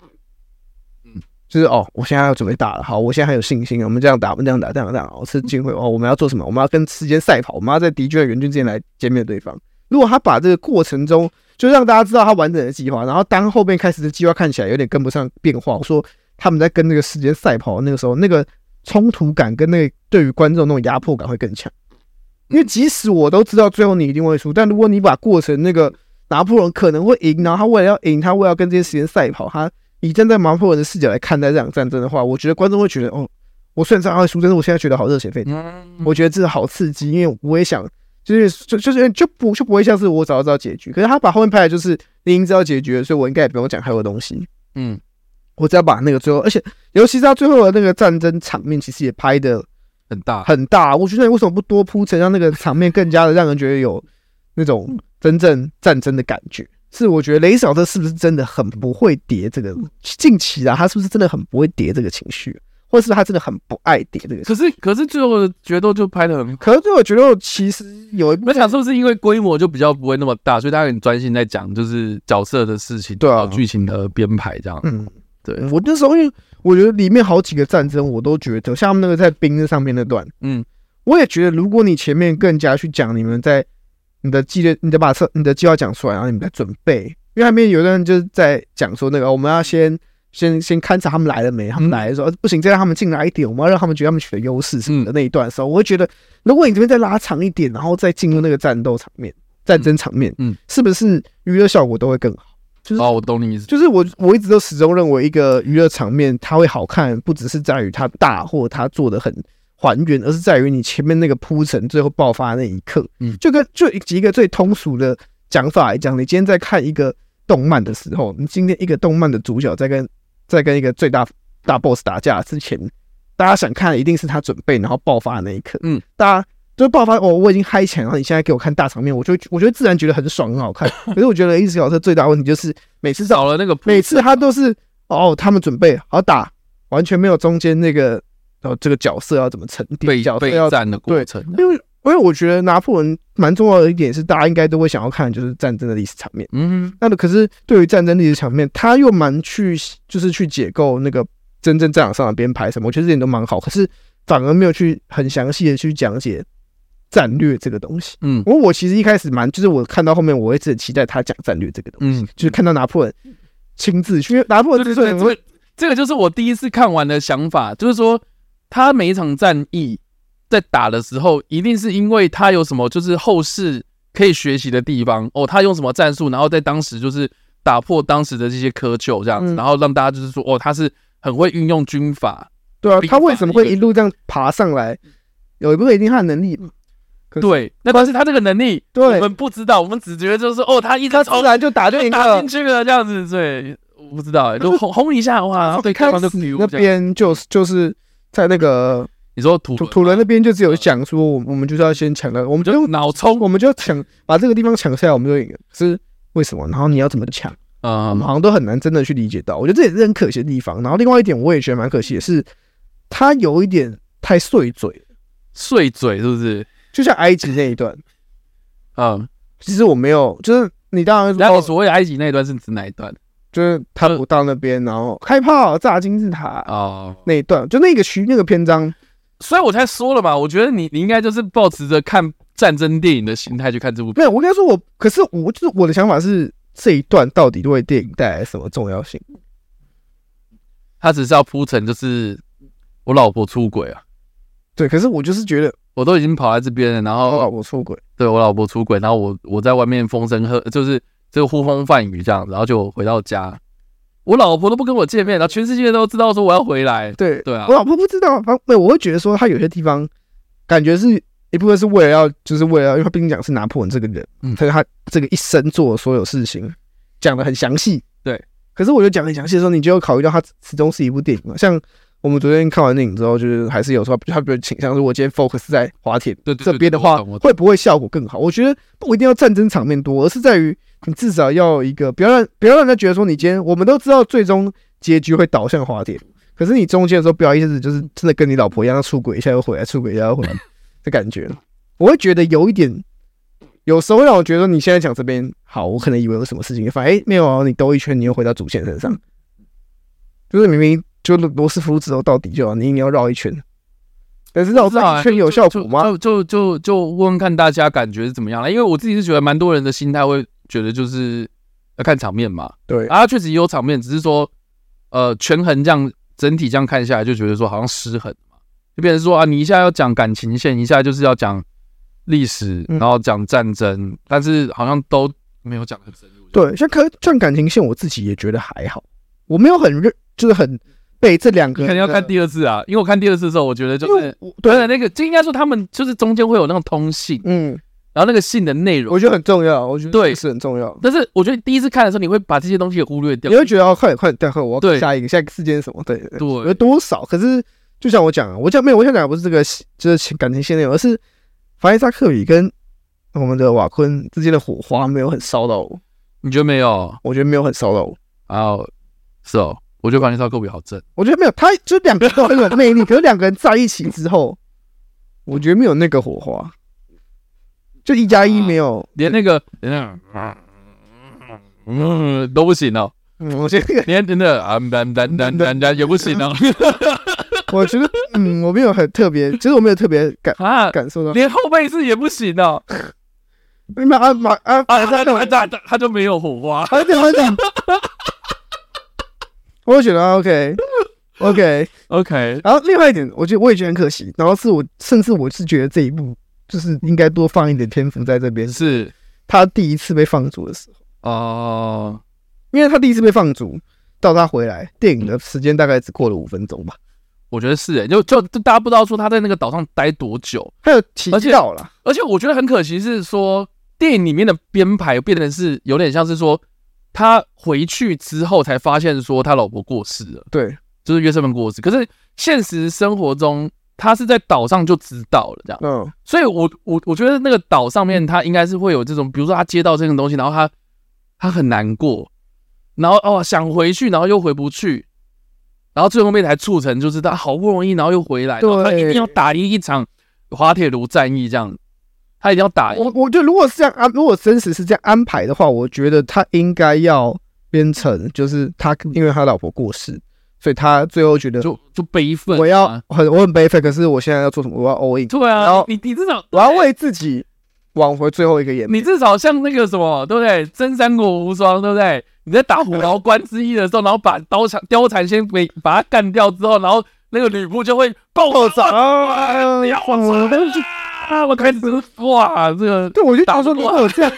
Speaker 1: 嗯，
Speaker 2: 就是哦，我现在要准备打了，好，我现在很有信心，我们这样打，我们这样打，这样打，我是机会哦，我们要做什么？我们要跟时间赛跑，我们要在敌军和援军之间来歼灭对方。如果他把这个过程中就让大家知道他完整的计划，然后当后面开始的计划看起来有点跟不上变化，我说他们在跟那个时间赛跑的那个时候，那个冲突感跟那个对于观众那种压迫感会更强。因为即使我都知道最后你一定会输，但如果你把过程那个拿破仑可能会赢，然后他为了要赢，他为了要跟这些时间赛跑，他以站在拿破仑的视角来看待这场战争的话，我觉得观众会觉得哦，我虽然知道他会输，但是我现在觉得好热血沸腾。
Speaker 1: 嗯，
Speaker 2: 我觉得这个好刺激，因为我不会想，就是就就是就不就不会像是我早就知道结局，可是他把后面拍的就是你已经知道结局了，所以我应该也不用讲太多东西，
Speaker 1: 嗯
Speaker 2: 我只要把那个最后，而且尤其是他最后的那个战争场面，其实也拍的
Speaker 1: 很大，
Speaker 2: 很大，我觉得你为什么不多铺陈，让那个场面更加的让人觉得有那种真正战争的感觉？是我觉得雷少特是不是真的很不会叠这个近期啊，他是不是真的很不会叠这个情绪，或者是他真的很不爱叠这个情绪？
Speaker 1: 可是可是最后的决斗就拍的很。
Speaker 2: 可是我觉得其实有一部
Speaker 1: 我想是不是因为规模就比较不会那么大，所以大家很专心在讲就是角色的事情，
Speaker 2: 对啊
Speaker 1: 然后剧情的编排这样。
Speaker 2: 嗯，
Speaker 1: 对，
Speaker 2: 我那时候因为我觉得里面好几个战争，我都觉得像他们那个在冰那上面那段，
Speaker 1: 嗯，
Speaker 2: 我也觉得如果你前面更加去讲你们在你的计略、你的把策、你的计划讲出来，然后你们在准备，因为那边有的人就是在讲说那个哦我们要先先先勘察他们来了没，他
Speaker 1: 嗯
Speaker 2: 们来的时候、呃不行，再让他们进来一点，我们要让他们觉得他们取得优势什
Speaker 1: 嗯
Speaker 2: 么的那一段的时候，我会觉得如果你这边再拉长一点，然后再进入那个战斗场面、战争场面，
Speaker 1: 嗯嗯
Speaker 2: 是不是娱乐效果都会更好？
Speaker 1: 哦，我懂你意思，
Speaker 2: 就是我我一直都始终认为，一个娱乐场面它会好看，不只是在于它大或它做的很还原，而是在于你前面那个铺陈，最后爆发的那一刻。
Speaker 1: 嗯
Speaker 2: 就跟就以一个最通俗的讲法来讲，你今天在看一个动漫的时候，你今天一个动漫的主角在跟在跟一个最大大 boss 打架之前，大家想看的一定是他准备然后爆发的那一刻。
Speaker 1: 嗯，
Speaker 2: 大家。就是爆发哦！我已经嗨起来，然后你现在给我看大场面，我就会我就会自然觉得很爽，
Speaker 1: *laughs*
Speaker 2: 很好看。可是我觉得一直角色最大的问题就是每次
Speaker 1: 是少了那个
Speaker 2: 每次他都是哦，他们准备好打，完全没有中间那个哦，这个角色要怎么沉淀，
Speaker 1: 备
Speaker 2: 角色要
Speaker 1: 备战的过程，
Speaker 2: 因为因为我觉得拿破仑蛮重要的一点是，大家应该都会想要看，就是战争的历史场面。
Speaker 1: 嗯
Speaker 2: 那可是对于战争历史场面，他又蛮去就是去解构那个真正战场上的编排什么，我觉得这点都蛮好，可是反而没有去很详细的去讲解战略这个东西。
Speaker 1: 嗯
Speaker 2: 我我其实一开始蛮就是我看到后面，我一直很期待他讲战略这个东西。
Speaker 1: 嗯，
Speaker 2: 就是看到拿破仑亲自去，因为拿破
Speaker 1: 对
Speaker 2: 仑之
Speaker 1: 对对，
Speaker 2: 所以很
Speaker 1: 这
Speaker 2: 会
Speaker 1: 个这个就是我第一次看完的想法，就是说他每一场战役在打的时候，一定是因为他有什么就是后世可以学习的地方哦，他用什么战术，然后在当时就是打破当时的这些窠臼这样子，
Speaker 2: 嗯
Speaker 1: 然后让大家就是说哦，他是很会运用军法，
Speaker 2: 对啊，
Speaker 1: 兵法
Speaker 2: 他为什么会一路这样爬上来？有一部分一定他的能力
Speaker 1: 嗯
Speaker 2: 嘛，可是
Speaker 1: 对，那但是他这个能力，
Speaker 2: 对
Speaker 1: 我们不知道，我们只觉得就是哦，他一直
Speaker 2: 他
Speaker 1: 从
Speaker 2: 自然就打就赢
Speaker 1: 打
Speaker 2: 了
Speaker 1: 进。去了这样子，对，我不知道欸，
Speaker 2: 可是
Speaker 1: 就轰轰一下哇，然后对
Speaker 2: 一开
Speaker 1: 开方
Speaker 2: 始
Speaker 1: 就丢
Speaker 2: 那
Speaker 1: 这样。
Speaker 2: 边就是就是在那个
Speaker 1: 你说土
Speaker 2: 土
Speaker 1: 伦
Speaker 2: 土伦
Speaker 1: 吗
Speaker 2: 那边就只有讲说，我我们就是要先抢了，我们就
Speaker 1: 就
Speaker 2: 用
Speaker 1: 脑冲，
Speaker 2: 我们就抢把这个地方抢下来，我们就赢了。可是为什么？然后你要怎么抢？我
Speaker 1: 嗯
Speaker 2: 们，好像都很难真的去理解到。我觉得这也是很可惜的地方。然后另外一点，我也觉得蛮可惜的是，他有一点太碎嘴了，
Speaker 1: 碎嘴是不是？
Speaker 2: 就像埃及那一段。
Speaker 1: 嗯，
Speaker 2: 其实我没有，就是你当然
Speaker 1: 然后
Speaker 2: 说，
Speaker 1: 所谓埃及那一段是指哪一段？
Speaker 2: 就是他不到那边，然后开炮炸金字塔
Speaker 1: 哦，
Speaker 2: 那一段，就那个区那个篇章，
Speaker 1: 所以我才说了嘛，我觉得你你应该就是抱持着看战争电影的心态去看这部片。
Speaker 2: 没有，我跟他说我，可是我就是我的想法是，这一段到底对电影带来什么重要性？
Speaker 1: 他只是要铺陈，就是我老婆出轨啊，
Speaker 2: 对，可是我就是觉得，
Speaker 1: 我都已经跑来这边了，然后
Speaker 2: 哦，我出轨，
Speaker 1: 对我老婆出轨，然后我我在外面风声鹤，就是就呼风唤雨这样，然后就回到家，我老婆都不跟我见面，然后全世界都知道说我要回来。
Speaker 2: 对
Speaker 1: 对啊
Speaker 2: 我老婆不知道，反正没有，我会觉得说他有些地方感觉是一部分是为了要，就是为了要，因为他毕竟讲是拿破仑这个人，
Speaker 1: 嗯
Speaker 2: 他他这个一生做的所有事情讲的很详细，
Speaker 1: 对。
Speaker 2: 可是我觉得讲得很详细的时候，你就要考虑到它始终是一部电影嘛。像我们昨天看完电影之后，就是还是有时候他比较倾向，如果今天 focus 在滑铁
Speaker 1: 对对
Speaker 2: 这边的话，会不会效果更好？我觉得不一定要战争场面多，而是在于你至少要有一个不要让不要让人家觉得说你今天我们都知道最终结局会导向滑铁卢，可是你中间的时候不要一直就是真的跟你老婆一样出轨一下又回来，出轨一下又回来的感觉，我会觉得有一点。有时候会让我觉得你现在讲这边好，我可能以为有什么事情，反正、哎没有啊，你兜一圈，你又回到主线身上，就是明明就罗罗斯福路之后到底就好，你硬要绕一圈，但是绕
Speaker 1: 知道
Speaker 2: 这
Speaker 1: 欸
Speaker 2: 一圈有效果吗？
Speaker 1: 就就就就问问看大家感觉是怎么样了，因为我自己是觉得蛮多人的心态会觉得就是要看场面嘛，
Speaker 2: 对，
Speaker 1: 啊，确实也有场面，只是说呃权衡这样整体这样看下来就觉得说好像失衡嘛，就变成说啊你一下要讲感情线，一下就是要讲历史，
Speaker 2: 嗯
Speaker 1: 然后讲战争，但是好像都没有讲得很深入。
Speaker 2: 对，像可像感情线，我自己也觉得还好，我没有很认，就是很被这两个
Speaker 1: 肯定要看第二次啊，因为我看第二次的时候，我觉得就
Speaker 2: 因为
Speaker 1: 是
Speaker 2: 我
Speaker 1: 对
Speaker 2: 对，
Speaker 1: 那个，就应该说他们就是中间会有那种通信，
Speaker 2: 嗯，
Speaker 1: 然后那个信的内容
Speaker 2: 我，觉得很重要，我觉得
Speaker 1: 对
Speaker 2: 这是很重要，
Speaker 1: 但是我觉得第一次看的时候，你会把这些东西给忽略掉
Speaker 2: 你。会觉得哦要快点快点，待会我要看
Speaker 1: 对
Speaker 2: 下一个下一个事件是什么，对对，有
Speaker 1: 对，
Speaker 2: 多少？可是就像我讲啊，我讲没有，我想讲的不是这个，就是情感情线内容，而是法伊扎克比跟我们的瓦昆之间的火花没有很烧到我，
Speaker 1: 你觉得没有？
Speaker 2: 我觉得没有很烧到我。
Speaker 1: 然后是哦，我觉得凡尼莎科比好正，
Speaker 2: 我觉得没有，他就两个人都很有魅力，可是两个人在一起之后，我觉得没有那个火花，就啊一加一没有，
Speaker 1: 连那个连那个嗯都不行哦。
Speaker 2: 嗯，我觉得，
Speaker 1: 连真的啊，难难难难难也不行哦
Speaker 2: 我觉得，嗯，我没有很特别，其实我没有特别感
Speaker 1: 啊，
Speaker 2: 感受到。
Speaker 1: 连后背是也不行哦
Speaker 2: 你们啊马啊
Speaker 1: 啊，他他他他他就没有火花，
Speaker 2: 好点好点，我觉得 OK OK。
Speaker 1: OK，
Speaker 2: 然后另外一点，我觉得我也觉得很可惜。然后是我甚至我是觉得这一部就是应该多放一点篇幅在这边。
Speaker 1: 是
Speaker 2: 他第一次被放逐的时候，
Speaker 1: 哦，
Speaker 2: 因为他第一次被放逐到他回来，电影的时间大概只过了五分钟吧。
Speaker 1: 我觉得是耶，就就就大家不知道说他在那个岛上待多久，
Speaker 2: 还有提
Speaker 1: 而且
Speaker 2: 到了，
Speaker 1: 而且我觉得很可惜是说电影里面的编排变成是有点像是说他回去之后才发现说他老婆过世了。
Speaker 2: 对
Speaker 1: 就是约瑟芬过世。可是现实生活中，他是在岛上就知道了这样，
Speaker 2: 嗯，
Speaker 1: 所以我我我觉得那个岛上面他应该是会有这种，比如说他接到这种东西，然后他他很难过，然后哦想回去，然后又回不去，然后最后面才促成就是他好不容易，然后又回来，
Speaker 2: 对
Speaker 1: 然后他一定要打赢一场滑铁卢战役这样，他一定要打赢
Speaker 2: 我我觉得如果是这样安，如果真实是这样安排的话，我觉得他应该要编成，就是他因为他老婆过世，所以他最后觉得
Speaker 1: 就就悲愤啊、
Speaker 2: 我要很我很悲愤，可是我现在要做什么？我要 all in，
Speaker 1: 对啊，
Speaker 2: 然后
Speaker 1: 你你至少
Speaker 2: 我要为自己挽回最后一个颜面。
Speaker 1: 你至少像那个什么，对不对？真三国无双，对不对？你在打虎牢关之役的时候，然后把刀铲貂蝉先给把它干掉之后，然后那个吕布就会暴
Speaker 2: 早
Speaker 1: 啊！你要我啊！我开始哇，这个
Speaker 2: 对，我就想说，如果
Speaker 1: *laughs*
Speaker 2: 这样，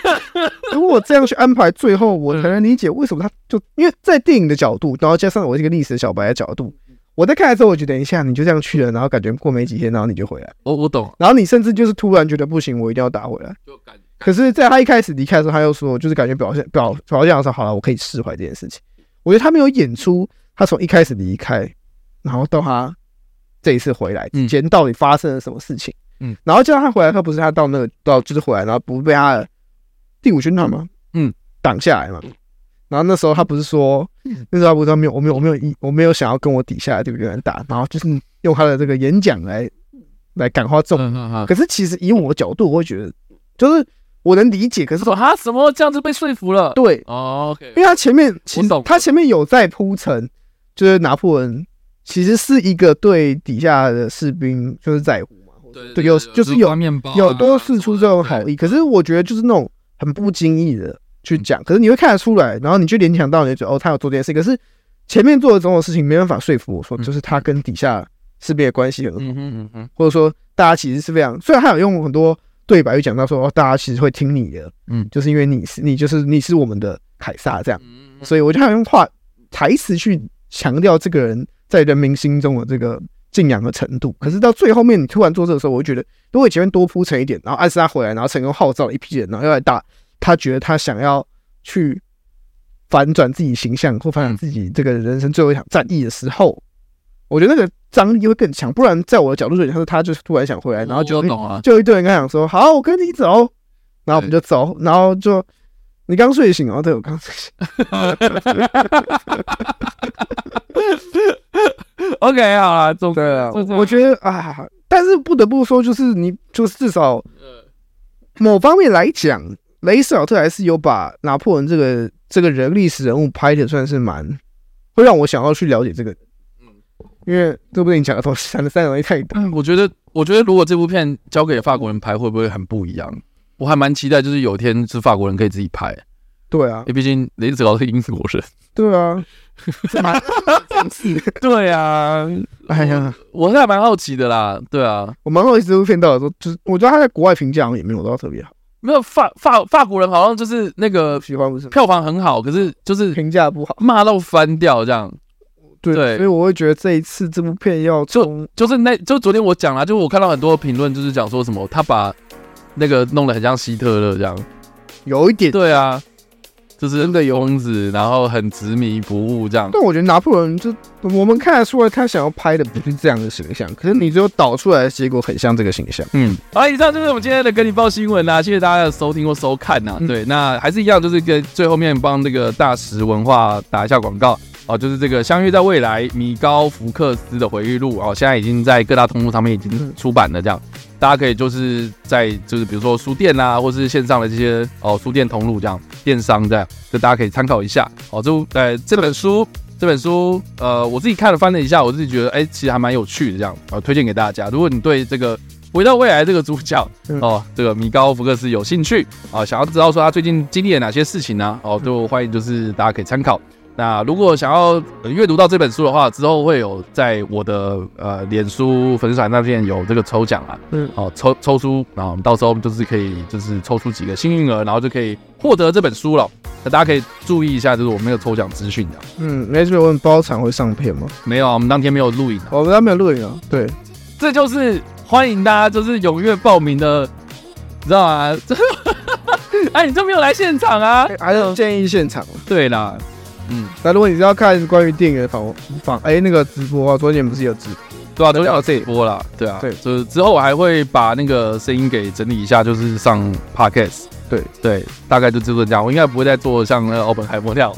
Speaker 2: 如果这样去安排，最后
Speaker 1: 嗯
Speaker 2: 我才能理解为什么他就因为在电影的角度，然后加上我这个历史小白的角度，我在看的时候，我觉得等一下你就这样去了，然后感觉过没几天，然后你就回来，
Speaker 1: 我我懂，
Speaker 2: 然后你甚至就是突然觉得不行，我一定要打回来。
Speaker 1: 就感
Speaker 2: 可是，在他一开始离开的时候，他又说，就是感觉表现表表现的时候，好了，我可以释怀这件事情。我觉得他没有演出，他从一开始离开，然后到他这一次回来之间，到底发生了什么事情？
Speaker 1: 嗯，
Speaker 2: 然后叫他回来，他不是他到那个到就是回来，然后不被他的第五军团嘛，
Speaker 1: 嗯，
Speaker 2: 挡下来嘛。然后那时候他不是说，
Speaker 1: 嗯
Speaker 2: 那时候他不是说没有，我没有，我没有一，我没有想要跟我底下的第五军团打，然后就是用他的这个演讲来来感化众
Speaker 1: 嗯嗯嗯。
Speaker 2: 可是其实以我的角度，我会觉得，就是我能理解，可是
Speaker 1: 说他什么这样子被说服了？
Speaker 2: 对，
Speaker 1: 哦，OK，
Speaker 2: 因为他前面其
Speaker 1: 我
Speaker 2: 实
Speaker 1: 懂
Speaker 2: 他前面有在铺陈，就是拿破仑其实是一个对底下的士兵就是在乎嘛，
Speaker 1: 对
Speaker 2: 对有就是有
Speaker 1: 面包啊
Speaker 2: 有多试出这种
Speaker 1: 什么
Speaker 2: 好
Speaker 1: 的
Speaker 2: 意。可是我觉得就是那种很不经意的去讲，
Speaker 1: 嗯
Speaker 2: 可是你会看得出来，然后你就联想到你就觉得哦，他有做这件事，可是前面做的种种事情没办法说服我说，
Speaker 1: 嗯
Speaker 2: 就是他跟底下士兵的关系很
Speaker 1: 嗯哼嗯哼，
Speaker 2: 或者说大家其实是非常，虽然他有用很多对白去讲到说，哦，大家其实会听你的，
Speaker 1: 嗯
Speaker 2: 就是因为你是你就是你是我们的凯撒这样，
Speaker 1: 嗯
Speaker 2: 所以我就好用话台词去强调这个人在人民心中的这个敬仰的程度。可是到最后面，你突然做这个时候，我就觉得，如果前面多铺陈一点，然后暗示他回来，然后成功号召了一批人，然后要来打，他觉得他想要去反转自己形象或反转自己这个人生最后一场战役的时候，我觉得那个张力会更强。不然，在我的角度来说，他就是突然想回来，然后就
Speaker 1: 我懂啊，
Speaker 2: 就有一堆人跟他讲说：“好，我跟你走。”然后我们就走，然后就你刚睡醒哦，对我刚睡醒，
Speaker 1: ，OK，好啦，总
Speaker 2: *laughs* 对
Speaker 1: *laughs*
Speaker 2: 啊，
Speaker 1: 总
Speaker 2: 我觉得啊，但是不得不说，就是你就是至少
Speaker 1: 嗯
Speaker 2: 某方面来讲，雷斯考特还是有把拿破仑这个这个人历史人物拍的算是蛮会让我想要去了解这个人，因为对不对？你讲的东西，讲的三容易太
Speaker 1: *laughs*
Speaker 2: 多，
Speaker 1: 嗯，我觉得，我觉得如果这部片交给法国人拍，会不会很不一样？我还蛮期待，就是有一天是法国人可以自己拍，因
Speaker 2: 对啊
Speaker 1: 为，毕竟雷子高是英国人。
Speaker 2: 对啊，是蛮讽刺的。
Speaker 1: *laughs* 对啊，
Speaker 2: *laughs* 哎呀，
Speaker 1: 我是还蛮好奇的啦。对啊，
Speaker 2: 我蛮好奇这部片到底说，就是我觉得他在国外评价好像也没有到特别好，
Speaker 1: 没有法法法国人好像就是那个
Speaker 2: 喜欢不是
Speaker 1: 票房很好，可是就是
Speaker 2: 评价不好，
Speaker 1: 骂到翻掉这样。
Speaker 2: 对，
Speaker 1: 对
Speaker 2: 所以我会觉得这一次这部片要从
Speaker 1: 就是那就昨天我讲啦，就我看到很多评论，就是讲说什么他把那个弄得很像希特勒这样。
Speaker 2: 有一点，
Speaker 1: 对啊，就是真的有疯子，然后很执迷不悟这样。
Speaker 2: 但我觉得拿破仑就我们看得出来，他想要拍的不是这样的形象，可是你只有导出来的结果很像这个形象。
Speaker 1: 嗯，好，以上就是我们今天的跟你报新闻啊啦、谢谢大家的收听或收看呐、啊
Speaker 2: 嗯
Speaker 1: 对，那还是一样，就是跟最后面帮这个大石文化打一下广告哦，就是这个《相约在未来》米高福克斯的回忆录哦，现在已经在各大通路上面已经出版了，这样啊大家可以就是在就是比如说书店啦、或是线上的这些哦书店通路这样电商这样，就大家可以参考一下。哦，就呃这本书，这本书呃我自己看了翻了一下，我自己觉得哎、其实还蛮有趣的这样，呃推荐给大家。如果你对这个回到未来这个主角
Speaker 2: 嗯
Speaker 1: 哦，这个米高福克斯有兴趣啊，想要知道说他最近经历了哪些事情呢、
Speaker 2: 嗯
Speaker 1: 哦，就欢迎就是大家可以参考。那如果想要呃阅读到这本书的话，之后会有在我的呃脸书粉丝团那边有这个抽奖啊，
Speaker 2: 嗯
Speaker 1: 哦抽抽出，然后我们到时候就是可以就是抽出几个幸运儿，然后就可以获得这本书了。那大家可以注意一下，就是我们那个抽奖资讯的。
Speaker 2: 嗯，那这边问包场会上片吗？
Speaker 1: 没有啊，我们当天没有录影啊，
Speaker 2: 我们家没有录影啊。对，
Speaker 1: 这就是欢迎大家就是踊跃报名的，你知道吗？ *laughs* 这哎，你都没有来现场啊？
Speaker 2: 哎还是建议现场。
Speaker 1: 对啦，嗯，
Speaker 2: 那如果你是要看关于电影的访访，哎、那个直播啊，昨天不是有直播？
Speaker 1: 对啊，都
Speaker 2: 都
Speaker 1: 聊
Speaker 2: 聊
Speaker 1: 这
Speaker 2: 这
Speaker 1: 一波啦，对啊，
Speaker 2: 对
Speaker 1: 就是之后我还会把那个声音给整理一下，就是上 podcast，
Speaker 2: 对
Speaker 1: 对，大概就就是这样，我应该不会再做像那个奥本海默那样，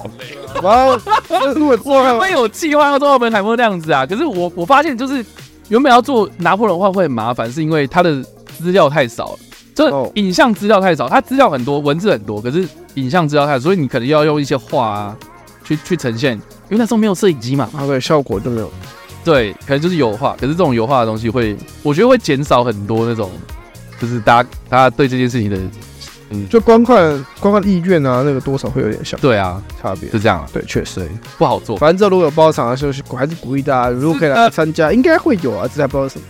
Speaker 2: 哇，这如果做
Speaker 1: 我
Speaker 2: 了，
Speaker 1: 也有计划要做奥本海默那样子啊，可是我我发现就是原本要做拿破仑的话会很麻烦，是因为他的资料太少了。这
Speaker 2: 哦
Speaker 1: 影像资料太少，它资料很多，文字很多，可是影像资料太少，所以你可能要用一些画啊，去去呈现，因为那时候没有摄影机嘛，
Speaker 2: 啊，对，效果就没有。
Speaker 1: 对，可能就是油画，可是这种油画的东西会，我觉得会减少很多那种，就是大家大家对这件事情的，
Speaker 2: 就观看观看意愿啊，那个多少会有点小
Speaker 1: 对啊，
Speaker 2: 差别。
Speaker 1: 就这样啊，
Speaker 2: 对，确实。
Speaker 1: 不好做。
Speaker 2: 反正这如果有包场的时候，是还是鼓励大家，如果可以来参加，应该会有啊，只是还不知道是什么。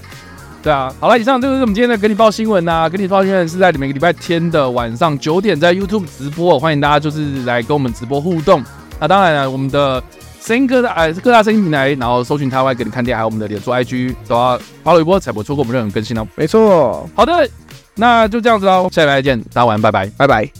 Speaker 1: 对啊，好了，以上就是我们今天的跟你报新闻呐、跟你报新闻是在每个礼拜天的晚上九点在 YouTube 直播，哦欢迎大家就是来跟我们直播互动。那当然了，我们的声音各大呃各大声音平台，然后搜寻台湾给你看店，还有我们的脸书 IG 都要 follow 一波，才不会错过我们任何更新哦。
Speaker 2: 没错，
Speaker 1: 好的，那就这样子喽，下礼拜再见，大家晚安，拜拜。
Speaker 2: 拜拜。